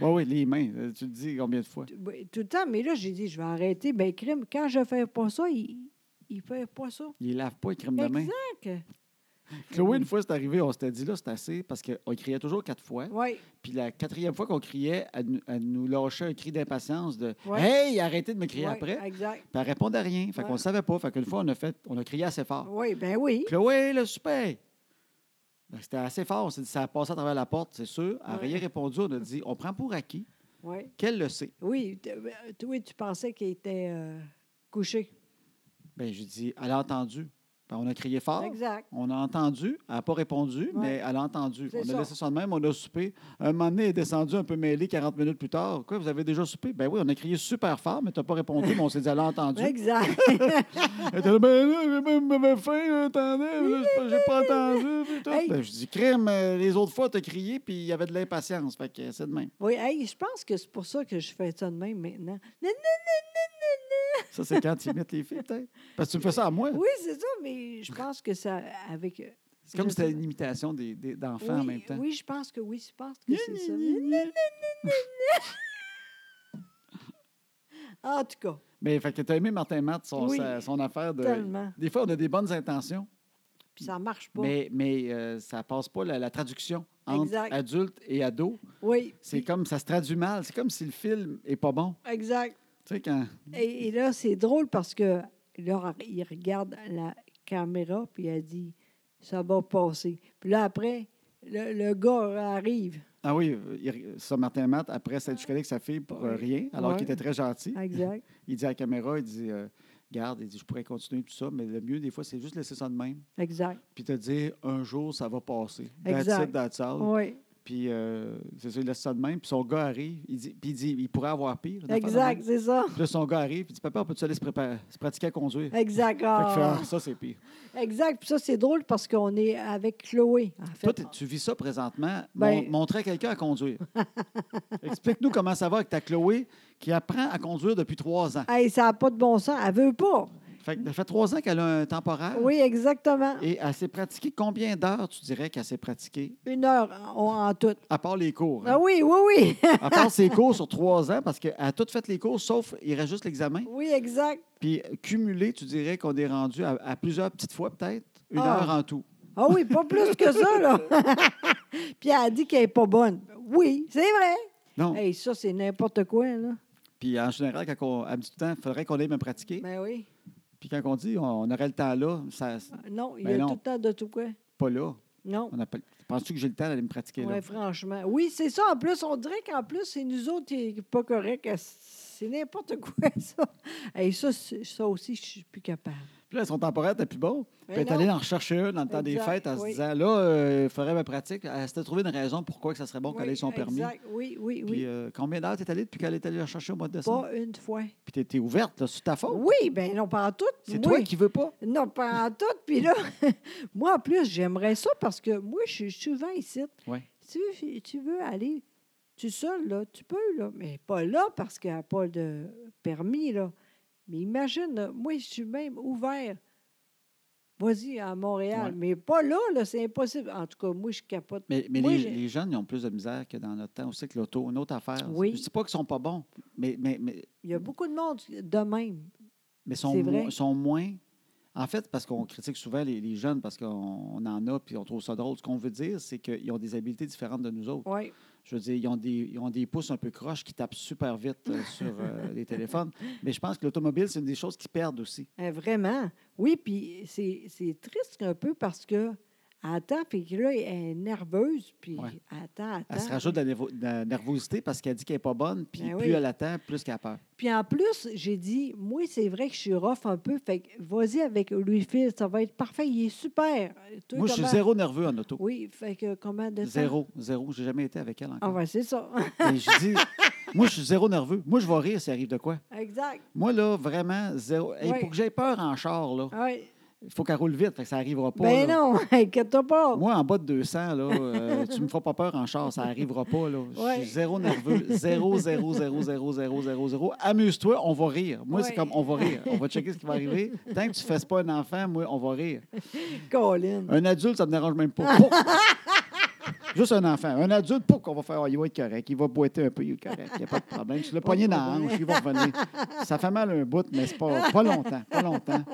Speaker 2: oui, les mains. Euh, Tu le dis combien de fois?
Speaker 1: Tout- ben, Tout le temps, mais là, j'ai dit, je vais arrêter. Ben, crime, quand je fais pas ça, il, il fait pas ça.
Speaker 2: Il lave pas, il crème de main.
Speaker 1: Exact. Mm.
Speaker 2: Chloé, une fois, c'est arrivé, on s'était dit, là, c'est assez, parce qu'on criait toujours quatre fois.
Speaker 1: Oui,
Speaker 2: Puis la quatrième fois qu'on criait, elle, nous- elle nous lâchait un cri d'impatience de
Speaker 1: Ouais.
Speaker 2: Hey, arrêtez de me crier
Speaker 1: ouais,
Speaker 2: après.
Speaker 1: Exact.
Speaker 2: Puis elle répondait à rien. Fait qu'on
Speaker 1: Ouais.
Speaker 2: ne savait pas. Fait qu'une fois, on a, fait, on a crié assez fort.
Speaker 1: Oui, ben oui.
Speaker 2: Chloé, le super! Ben, C'était assez fort. On s'est dit, ça a passé à travers la porte, c'est sûr. Elle n'a
Speaker 1: Ouais.
Speaker 2: rien répondu. On a dit, on prend pour acquis
Speaker 1: Ouais.
Speaker 2: qu'elle le sait.
Speaker 1: Oui, t- ben, toi, tu pensais qu'il était euh, couché.
Speaker 2: Ben, j'ai dit, elle a entendu. Ben, on a crié fort.
Speaker 1: Exact.
Speaker 2: On a entendu, elle n'a pas répondu, mais elle a entendu.
Speaker 1: C'est
Speaker 2: On a
Speaker 1: ça.
Speaker 2: laissé ça de même, on a soupé. Un moment donné, elle est descendue un peu mêlée 40 minutes plus tard. Quoi, vous avez déjà soupé? Ben oui, on a crié super fort, mais tu n'as pas répondu, mais on s'est dit, elle a entendu.
Speaker 1: Exact.
Speaker 2: Elle était là, ben là, j'ai même j'avais faim, là, attendez, mais là, j'ai pas- j'ai pas entendu. puis tout.
Speaker 1: Hey.
Speaker 2: Ben, je dis, crème, euh, les autres fois, tu as crié, puis il y avait de l'impatience. Fait que c'est de même.
Speaker 1: oui, hey, je pense que c'est pour ça que je fais ça de même maintenant. Non, non,
Speaker 2: Ça, c'est quand tu imites les filles, peut-être. Parce que tu me fais ça à moi.
Speaker 1: Oui, c'est ça, mais je pense que ça, avec... euh,
Speaker 2: c'est comme
Speaker 1: je
Speaker 2: si c'était
Speaker 1: sais.
Speaker 2: une imitation des- des- d'enfants
Speaker 1: oui,
Speaker 2: en même temps.
Speaker 1: oui, je pense que oui, je pense que
Speaker 2: Gna,
Speaker 1: c'est ça.
Speaker 2: gna, gna, gna.
Speaker 1: En tout cas,
Speaker 2: Mais fait que t'as aimé Martin Matt, son,
Speaker 1: Oui,
Speaker 2: sa- son affaire de.
Speaker 1: tellement.
Speaker 2: Des fois, on a des bonnes intentions,
Speaker 1: puis ça marche pas.
Speaker 2: mais, mais euh, ça passe pas la, la traduction entre
Speaker 1: Exact.
Speaker 2: adulte et ado.
Speaker 1: Oui,
Speaker 2: C'est comme ça se traduit mal. C'est comme si le film est pas bon.
Speaker 1: exact.
Speaker 2: Tu sais, quand.
Speaker 1: Et, et là, c'est drôle parce que Puis là, il regarde la caméra, puis il a dit Ça va passer. Puis là, après, le, le gars arrive.
Speaker 2: Ah oui, il- ça, Martin Matt, après s'être jusqu'à avec sa fille pour euh,
Speaker 1: Ah. Ouais.
Speaker 2: rien, alors
Speaker 1: Ouais.
Speaker 2: qu'il était très gentil,
Speaker 1: Exact.
Speaker 2: il dit à la caméra, il dit, euh, garde, il dit, je pourrais continuer tout ça, mais le mieux, des fois, c'est juste laisser ça de même,
Speaker 1: Exact.
Speaker 2: puis te dire, un jour, ça va passer. That's
Speaker 1: Exact.
Speaker 2: it, that's all.
Speaker 1: Oui.
Speaker 2: Puis, euh, c'est ça, il laisse ça de même, puis son gars arrive, il dit, puis il dit, il pourrait avoir pire. une affaire de
Speaker 1: Exact,
Speaker 2: même.
Speaker 1: c'est ça.
Speaker 2: Puis là, son gars arrive, puis il dit, papa, on peut-tu aller se, préparer- se pratiquer à conduire?
Speaker 1: Exact.
Speaker 2: Fait qu'il fait,
Speaker 1: ah.
Speaker 2: Ah, ça, c'est pire.
Speaker 1: Exact. Puis ça, c'est drôle parce qu'on est avec Chloé, en fait.
Speaker 2: Toi, t'es- tu vis ça présentement,
Speaker 1: Ben-
Speaker 2: mon- montrer à quelqu'un à conduire. Explique-nous comment ça va avec ta Chloé qui apprend à conduire depuis trois ans.
Speaker 1: Hey, ça n'a pas de bon sens. Elle veut pas.
Speaker 2: Fait que ça fait trois ans qu'elle a un temporaire.
Speaker 1: Oui, exactement.
Speaker 2: Et elle s'est pratiquée combien d'heures, tu dirais, qu'elle s'est pratiquée,
Speaker 1: Une heure en, en tout.
Speaker 2: à part les cours? hein?
Speaker 1: Ah oui, oui, oui.
Speaker 2: À part ses cours sur trois ans, parce qu'elle a toutes fait les cours, sauf il reste juste l'examen.
Speaker 1: Oui, exact.
Speaker 2: Puis cumulé, tu dirais qu'on est rendu à, à plusieurs petites fois, peut-être, une
Speaker 1: Ah.
Speaker 2: heure en tout.
Speaker 1: Ah oui, pas plus que ça, là. Puis elle a dit qu'elle n'est pas bonne. Oui, c'est vrai.
Speaker 2: Non.
Speaker 1: Hey, ça, c'est n'importe quoi, là.
Speaker 2: Puis en général, quand on, elle me dit tout le temps, il faudrait qu'on aille me pratiquer.
Speaker 1: Ben oui.
Speaker 2: Puis quand on dit, on, on aurait le temps là, ça,
Speaker 1: Non, il y
Speaker 2: Ben
Speaker 1: a
Speaker 2: non.
Speaker 1: tout le temps de tout quoi.
Speaker 2: pas là.
Speaker 1: Non.
Speaker 2: On appelle- Penses-tu que j'ai le temps d'aller me pratiquer
Speaker 1: Ouais,
Speaker 2: là?
Speaker 1: franchement. Oui, c'est ça. En plus, on dirait qu'en plus, c'est nous autres qui n'est pas correct. C'est n'importe quoi, ça. Et ça, c'est- ça aussi, je suis plus capable.
Speaker 2: Puis là, son temporaire était plus bon. Puis
Speaker 1: Mais
Speaker 2: elle est
Speaker 1: non.
Speaker 2: allée en rechercher un dans le temps des
Speaker 1: Exact,
Speaker 2: fêtes en se
Speaker 1: oui.
Speaker 2: disant là, euh, il faudrait ma pratique. Elle s'était trouvé une raison pourquoi que ça serait bon qu'elle
Speaker 1: Oui,
Speaker 2: ait son permis.
Speaker 1: Exact. Oui, oui,
Speaker 2: Puis
Speaker 1: oui.
Speaker 2: euh, combien d'heures t'es allée depuis qu'elle est allée la chercher au mois de décembre?
Speaker 1: pas une fois.
Speaker 2: Puis t'es- t'es ouverte là, sur ta faute.
Speaker 1: Oui, ben non, pas en tout.
Speaker 2: C'est toi
Speaker 1: Moi,
Speaker 2: qui veux pas.
Speaker 1: Non, pas en tout. Puis là, moi, en plus, j'aimerais ça parce que moi, je suis souvent ici.
Speaker 2: Ouais.
Speaker 1: Si tu- tu veux aller tout seul, là, tu peux, là, mais pas là parce qu'elle n'a pas de permis, là. Mais imagine, là, moi, je suis même ouvert. Vas-y, à Montréal.
Speaker 2: Ouais.
Speaker 1: Mais pas là, là, c'est impossible. En tout cas, moi, je capote.
Speaker 2: Mais, mais
Speaker 1: Moi,
Speaker 2: les,
Speaker 1: j'ai-
Speaker 2: les jeunes, ils ont plus de misère que dans notre temps aussi que l'auto. Une autre affaire.
Speaker 1: Oui.
Speaker 2: Je dis pas qu'ils sont pas bons, mais, mais, mais,
Speaker 1: Il y a beaucoup de monde de même.
Speaker 2: mais sont,
Speaker 1: C'est
Speaker 2: moins-
Speaker 1: vrai.
Speaker 2: sont moins. En fait, parce qu'on critique souvent les, les jeunes parce qu'on on en a puis on trouve ça drôle. Ce qu'on veut dire, c'est qu'ils ont des habiletés différentes de nous autres.
Speaker 1: Oui,
Speaker 2: Je veux dire, ils ont des, ils ont des pouces un peu croches qui tapent super vite euh, sur euh, les téléphones. Mais je pense que l'automobile, c'est une des choses qui perdent aussi.
Speaker 1: hein, vraiment. Oui, puis c'est c'est triste un peu parce que elle attend, puis que là, elle est nerveuse, puis
Speaker 2: Ouais.
Speaker 1: elle attend, attend.
Speaker 2: Elle se rajoute de la, nervo- de la nervosité parce qu'elle dit qu'elle n'est pas bonne, puis
Speaker 1: Ah. Ben
Speaker 2: plus
Speaker 1: oui.
Speaker 2: elle attend, plus qu'elle a peur.
Speaker 1: Puis en plus, j'ai dit, moi, c'est vrai que je suis rough un peu. Fait que vas-y avec Louis-Phil, ça va être parfait. Il est super. Toi,
Speaker 2: Moi, je suis
Speaker 1: comment-
Speaker 2: zéro nerveux en auto.
Speaker 1: Oui, fait que comment de temps?
Speaker 2: Zéro, zéro. J'ai jamais été avec elle
Speaker 1: Ah,
Speaker 2: encore.
Speaker 1: ben, c'est ça.
Speaker 2: Et je dis, moi, je suis zéro nerveux. Moi, je vais rire si arrive de quoi.
Speaker 1: exact.
Speaker 2: Moi, là, vraiment, zéro. Hey,
Speaker 1: Ouais.
Speaker 2: Pour que j'aie peur en char, là,
Speaker 1: Ouais.
Speaker 2: il faut qu'elle roule vite, fait que ça n'arrivera pas.
Speaker 1: Ben
Speaker 2: là.
Speaker 1: non, inquiète-toi pas.
Speaker 2: Moi, en bas de 200, là, euh, tu me feras pas peur en char, ça arrivera pas. Là. Je
Speaker 1: Ouais.
Speaker 2: suis zéro nerveux. Zéro, zéro, zéro, zéro, zéro, zéro, zéro. Amuse-toi, on va rire. Moi, c'est
Speaker 1: Ouais.
Speaker 2: comme on va rire. On va checker ce qui va arriver. Tant que tu ne fasses pas un enfant, moi, on va rire.
Speaker 1: Colin.
Speaker 2: Un adulte, ça ne me dérange même pas. Pouf! Juste un enfant. Un adulte, pour qu'on va faire, Ah, il va être correct. Il va boiter un peu, il est correct. Il n'y a pas de problème. Tu l'as
Speaker 1: Pas de
Speaker 2: pogné dans la
Speaker 1: problème.
Speaker 2: hanche, il va revenir. Ça fait mal un bout, mais c'est pas, pas longtemps. Pas longtemps.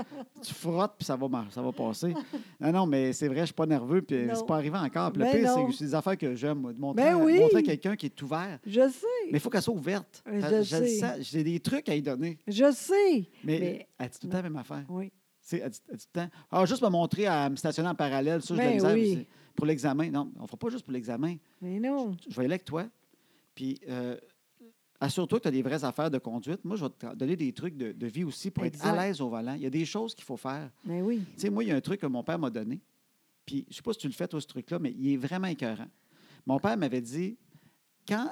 Speaker 2: Tu frottes, puis ça va, mar- ça va passer. Non, non, mais c'est vrai, je ne suis pas nerveux, puis
Speaker 1: Non.
Speaker 2: c'est pas arrivé encore. Puis le
Speaker 1: Ben
Speaker 2: pire, c'est
Speaker 1: non.
Speaker 2: que c'est des affaires que j'aime, moi, de montrer,
Speaker 1: Ben oui.
Speaker 2: montrer à quelqu'un qui est ouvert.
Speaker 1: Je sais.
Speaker 2: Mais il faut qu'elle soit ouverte.
Speaker 1: Je
Speaker 2: Ça- je le
Speaker 1: sais.
Speaker 2: sens. J'ai des trucs à lui donner.
Speaker 1: Je sais.
Speaker 2: Mais,
Speaker 1: Mais-
Speaker 2: elle dit tout le temps la même affaire.
Speaker 1: Oui.
Speaker 2: Tu sais, elle dit, elle dit tout le euh, temps, ah, juste me montrer à me stationner en parallèle, ça, je
Speaker 1: Ben
Speaker 2: de la misère,
Speaker 1: oui.
Speaker 2: c'est Pour l'examen, non, on ne fera pas juste pour l'examen.
Speaker 1: Mais non.
Speaker 2: Je vais aller avec toi. Puis, euh, assure-toi que tu as des vraies affaires de conduite. Moi, je vais te donner des trucs de, de vie aussi pour être à
Speaker 1: Exact.
Speaker 2: l'aise au volant. Il y a des choses qu'il faut faire.
Speaker 1: Ben oui.
Speaker 2: Tu sais, moi, il y a un truc que mon père m'a donné. Puis, je ne sais pas si tu le fais, toi, ce truc-là, mais il est vraiment écœurant. Mon père m'avait dit quand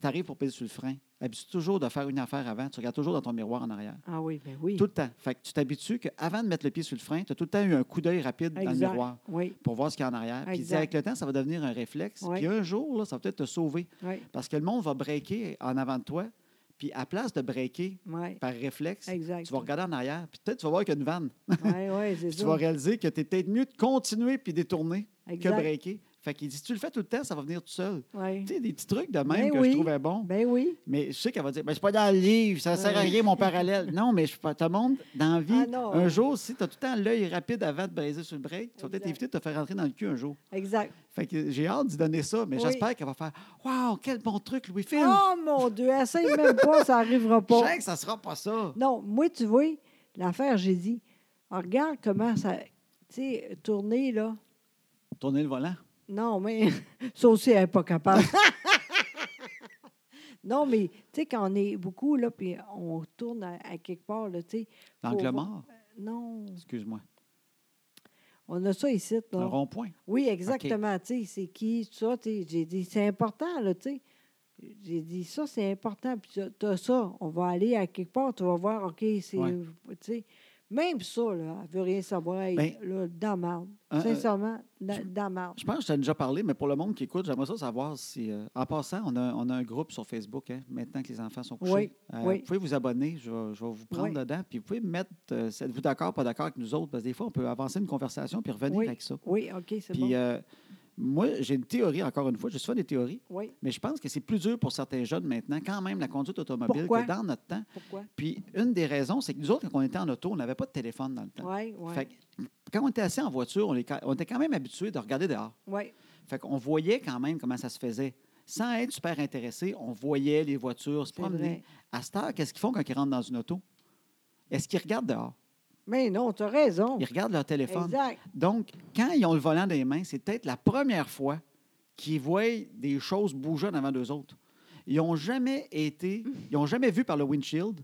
Speaker 2: tu arrives pour peser sur le frein, habitue toujours de faire une affaire avant. Tu regardes toujours dans ton miroir en arrière.
Speaker 1: Ah oui, ben oui.
Speaker 2: Tout le temps. Fait que tu t'habitues qu'avant de mettre le pied sur le frein, tu as tout le temps eu un coup d'œil rapide dans
Speaker 1: exact.
Speaker 2: le miroir
Speaker 1: Oui,
Speaker 2: pour voir ce qu'il y a en arrière. Puis il dit,
Speaker 1: Exact.
Speaker 2: avec le temps, ça va devenir un réflexe.
Speaker 1: Ouais.
Speaker 2: Puis un jour, là, ça va peut-être te sauver
Speaker 1: oui,
Speaker 2: parce que le monde va breaker en avant de toi. Puis à place de breaker
Speaker 1: oui.
Speaker 2: par réflexe,
Speaker 1: Exact.
Speaker 2: tu vas regarder en arrière. Puis peut-être tu vas voir qu'il y a une vanne.
Speaker 1: Oui, oui, c'est
Speaker 2: Puis tu
Speaker 1: ça.
Speaker 2: vas réaliser que tu es peut-être mieux de continuer puis détourner
Speaker 1: Exact.
Speaker 2: que breaker. Fait qu'il dit, si tu le fais tout le temps, ça va venir tout seul.
Speaker 1: Ouais.
Speaker 2: Tu sais, des petits trucs de même
Speaker 1: Ben
Speaker 2: que je
Speaker 1: oui.
Speaker 2: trouvais bon.
Speaker 1: Ben oui.
Speaker 2: Mais je sais qu'elle va dire, ben, je suis pas dans le livre, ça sert à
Speaker 1: Ouais.
Speaker 2: rien mon parallèle. Non, mais je suis pas tout le monde dans la vie.
Speaker 1: Ah non.
Speaker 2: un jour, si tu as tout le temps l'œil rapide avant de briser sur le break, tu vas peut-être
Speaker 1: Exact.
Speaker 2: éviter de te faire rentrer dans le cul un jour.
Speaker 1: Exact.
Speaker 2: Fait que j'ai hâte d'y donner ça, mais
Speaker 1: Oui.
Speaker 2: j'espère qu'elle va faire Waouh, quel bon truc, Louis-Phil!
Speaker 1: Oh mon Dieu, essaye même pas, ça n'arrivera
Speaker 2: Je
Speaker 1: pas.
Speaker 2: sais que ça sera pas ça.
Speaker 1: Non, moi, tu vois, L'affaire, j'ai dit, Ah, regarde comment ça. Tu sais, tourner, là.
Speaker 2: Tourner le volant.
Speaker 1: Non, mais ça aussi, elle n'est pas capable. non, mais tu sais, quand on est beaucoup, là, puis on tourne à, à quelque part, là, tu sais.
Speaker 2: L'angle
Speaker 1: Faut-
Speaker 2: mort,
Speaker 1: Non,
Speaker 2: excuse-moi.
Speaker 1: on a ça ici,
Speaker 2: Un
Speaker 1: là.
Speaker 2: rond-point.
Speaker 1: Oui, exactement. Tu sais, c'est qui, tout ça. tu sais. J'ai dit, c'est important, là, tu sais. J'ai dit, ça, c'est important. Puis ça, t'as ça, on va aller à quelque part, tu vas voir, OK, c'est.
Speaker 2: Ouais.
Speaker 1: tu sais. Même ça, là, elle veut rien savoir. Elle,
Speaker 2: Ben,
Speaker 1: là, dans la marde.
Speaker 2: euh,
Speaker 1: Sincèrement, dans- dans la marde.
Speaker 2: Je pense que je t'en ai déjà parlé, mais pour le monde qui écoute, j'aimerais ça savoir si. euh, en passant, on a, on a un groupe sur Facebook, hein, maintenant que les enfants sont couchés.
Speaker 1: Oui,
Speaker 2: Euh,
Speaker 1: oui.
Speaker 2: Vous pouvez vous abonner, je vais, je vais vous prendre
Speaker 1: Oui.
Speaker 2: dedans, puis vous pouvez mettre, euh, si êtes-vous d'accord, pas d'accord avec nous autres, parce que des fois, on peut avancer une conversation puis revenir
Speaker 1: Oui.
Speaker 2: avec ça.
Speaker 1: Oui, OK, c'est
Speaker 2: Puis
Speaker 1: bon.
Speaker 2: euh, moi, j'ai une théorie, encore une fois, je suis des théories,
Speaker 1: oui,
Speaker 2: mais je pense que c'est plus dur pour certains jeunes maintenant, quand même, la conduite automobile
Speaker 1: Pourquoi?
Speaker 2: que dans notre temps.
Speaker 1: pourquoi?
Speaker 2: Puis une des raisons, c'est que nous autres, quand on était en auto, on n'avait pas de téléphone dans le temps.
Speaker 1: Oui, oui.
Speaker 2: Fait que, quand on était assis en voiture, on, est ca- on était quand même habitué de regarder dehors.
Speaker 1: Oui,
Speaker 2: Fait qu'on voyait quand même comment ça se faisait. Sans être super intéressé, on voyait les voitures se
Speaker 1: c'est vrai.
Speaker 2: promener. À cette heure, qu'est-ce qu'ils font quand ils rentrent dans une auto? Est-ce qu'ils regardent dehors?
Speaker 1: Mais non, tu as raison.
Speaker 2: Ils regardent leur téléphone.
Speaker 1: Exact.
Speaker 2: Donc, quand ils ont le volant dans les mains, c'est peut-être la première fois qu'ils voient des choses bouger en avant d'eux autres. Ils n'ont jamais été, ils n'ont jamais vu par le windshield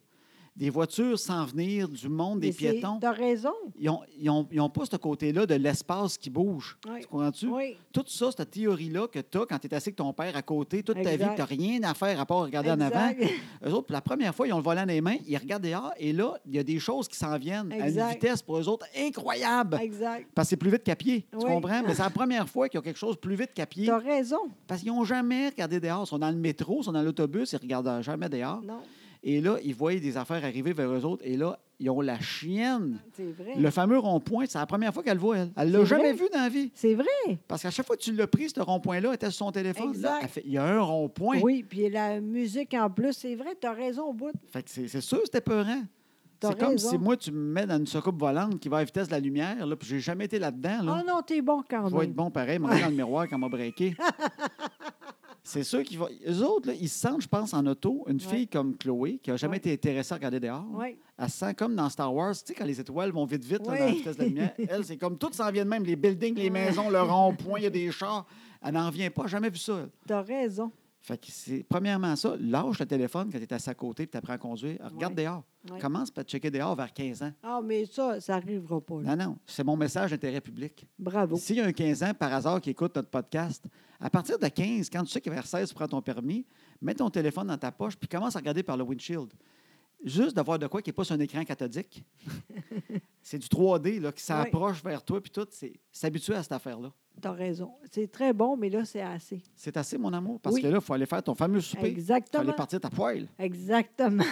Speaker 2: des voitures s'en venir, du monde, des piétons.
Speaker 1: Tu as raison.
Speaker 2: Ils n'ont ils ont, ils ont pas ce côté-là de l'espace qui bouge.
Speaker 1: Oui.
Speaker 2: Tu comprends-tu?
Speaker 1: Oui,
Speaker 2: Toute ça, cette théorie-là que tu as quand tu es assis avec ton père à côté, toute ta vie,
Speaker 1: Exact.
Speaker 2: tu n'as rien à faire à part regarder en avant.
Speaker 1: exact.
Speaker 2: Eux autres, pour la première fois, ils ont le volant dans les mains, ils regardent dehors et là, il y a des choses qui s'en viennent à
Speaker 1: Exact.
Speaker 2: une vitesse pour eux autres incroyable.
Speaker 1: exact.
Speaker 2: Parce que c'est plus vite qu'à pied. Tu
Speaker 1: Oui.
Speaker 2: comprends? Mais c'est la première fois qu'ils ont quelque chose plus vite qu'à pied.
Speaker 1: Tu as raison.
Speaker 2: Parce qu'ils n'ont jamais regardé dehors. Ils sont dans le métro, ils sont dans l'autobus, ils ne regardent jamais dehors.
Speaker 1: Non,
Speaker 2: Et là, ils voient des affaires arriver vers eux autres. Et là, ils ont la chienne.
Speaker 1: c'est vrai.
Speaker 2: Le fameux rond-point, c'est la première fois qu'elle le voit, elle. Elle l'a
Speaker 1: C'est
Speaker 2: jamais
Speaker 1: vrai.
Speaker 2: vu dans la vie.
Speaker 1: C'est vrai.
Speaker 2: Parce qu'à chaque fois que tu l'as pris, ce rond-point-là, elle était sur son téléphone. Là,
Speaker 1: Exact.
Speaker 2: elle fait, il y a un rond-point.
Speaker 1: Oui, puis la musique en plus, c'est vrai, tu as raison au bout.
Speaker 2: Fait que c'est c'est sûr que c'était peurant.
Speaker 1: T'as
Speaker 2: C'est comme
Speaker 1: raison.
Speaker 2: si moi, tu me mets dans une soucoupe volante qui va à la vitesse de la lumière, là, puis j'ai jamais été là-dedans. Là.
Speaker 1: Ah non, t'es bon quand
Speaker 2: Je vais être
Speaker 1: même.
Speaker 2: bon pareil, me regarder dans le miroir quand m'a breaké. C'est sûr qu'ils vont. Eux autres, là, ils se sentent, je pense, en auto, une
Speaker 1: Ouais.
Speaker 2: fille comme Chloé, qui n'a jamais
Speaker 1: Ouais.
Speaker 2: été intéressée à regarder dehors.
Speaker 1: Oui,
Speaker 2: Elle se sent comme dans Star Wars, tu sais, quand les étoiles vont vite, vite, là,
Speaker 1: Ouais.
Speaker 2: dans la vitesse de la lumière. Elle, c'est comme tout s'en vient de même. Les buildings, les maisons, le rond-point, il y a des chars. Elle n'en revient pas, jamais vu ça. elle.
Speaker 1: t'as raison.
Speaker 2: Fait que c'est, premièrement, ça, lâche le téléphone quand tu es à sa côté et tu apprends à conduire. Ah, Regarde
Speaker 1: Ouais.
Speaker 2: dehors.
Speaker 1: Ouais.
Speaker 2: Commence par te checker dehors vers 15 ans.
Speaker 1: Ah, mais ça, ça n'arrivera pas. là.
Speaker 2: Non, non, c'est mon message d'intérêt public.
Speaker 1: Bravo.
Speaker 2: S'il y a un 15 ans par hasard qui écoute notre podcast, à partir de 15, quand tu sais que vers 16, tu prends ton permis, mets ton téléphone dans ta poche puis commence à regarder par le windshield. Juste de voir de quoi qui n'est pas sur un écran cathodique. c'est du 3D là, qui s'approche vers toi puis tout. C'est s'habituer à cette affaire-là.
Speaker 1: T'as raison. C'est très bon, mais là, c'est assez.
Speaker 2: C'est assez, mon amour, parce
Speaker 1: Oui.
Speaker 2: que là, il faut aller faire ton fameux souper. Il faut aller
Speaker 1: Exactement.
Speaker 2: partir ta poêle.
Speaker 1: Exactement.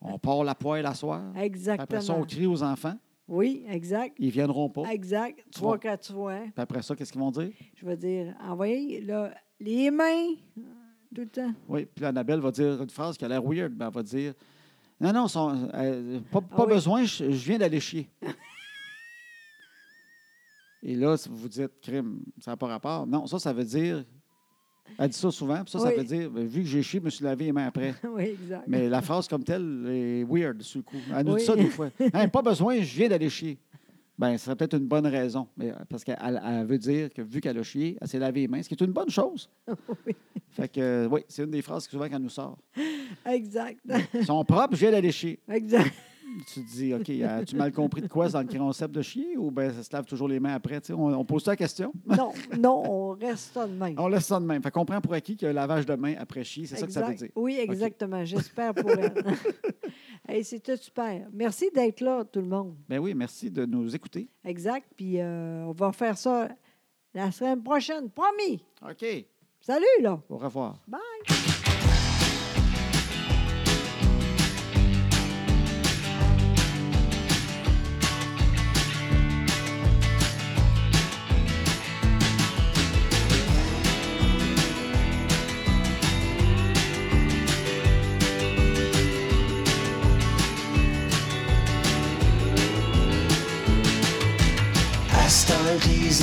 Speaker 2: On part la poêle à soir. Après ça, on
Speaker 1: Exactement.
Speaker 2: crie aux enfants.
Speaker 1: Oui, exact.
Speaker 2: Ils viendront pas. Puis
Speaker 1: Exact.
Speaker 2: vas-
Speaker 1: Trois, quatre fois. hein.
Speaker 2: après ça, qu'est-ce qu'ils vont dire?
Speaker 1: Je veux dire, envoyez là, les mains tout le temps.
Speaker 2: Oui, puis là, Annabelle va dire une phrase qui a l'air weird. mais elle va dire Non, non, son- euh, pas,
Speaker 1: Ah
Speaker 2: pas
Speaker 1: oui.
Speaker 2: besoin, je, je viens d'aller chier. Et là, si vous vous dites crime, ça n'a pas rapport. Non, ça, ça veut dire. Elle dit ça souvent, puis ça, ça
Speaker 1: Oui.
Speaker 2: veut dire ben, Vu que j'ai chié, je me suis lavé les mains après.
Speaker 1: oui, exact.
Speaker 2: Mais la phrase comme telle est weird, sur le coup. Elle nous
Speaker 1: Oui.
Speaker 2: dit ça des fois. Hein, pas besoin, je viens d'aller chier. Bien, ce serait peut-être une bonne raison. Mais, euh, parce qu'elle elle veut dire que vu qu'elle a chié, elle s'est lavé les mains, ce qui est une bonne chose.
Speaker 1: Oui.
Speaker 2: Fait que, euh, oui, c'est une des phrases qui souvent qu'elle nous sort.
Speaker 1: Exact.
Speaker 2: Ils sont propres, j'ai d'aller chier.
Speaker 1: Exact.
Speaker 2: Tu te dis, OK, as-tu mal compris de quoi dans le concept de chier ou bien ça se lave toujours les mains après? tu sais, On, on pose ça la question.
Speaker 1: Non, non, on reste ça de même.
Speaker 2: On laisse ça de même. Fait qu'on prend pour acquis qu'il y a un lavage de mains après chier. C'est ça que ça veut
Speaker 1: Exact.
Speaker 2: dire.
Speaker 1: Oui, exactement. J'espère pour elle. Hey, C'était super. Merci d'être là, tout le monde.
Speaker 2: Ben oui, merci de nous écouter.
Speaker 1: Exact. Puis euh, on va faire ça la semaine prochaine, promis.
Speaker 2: OK.
Speaker 1: Salut, là.
Speaker 2: Au revoir.
Speaker 1: Bye.
Speaker 3: À ce temps que les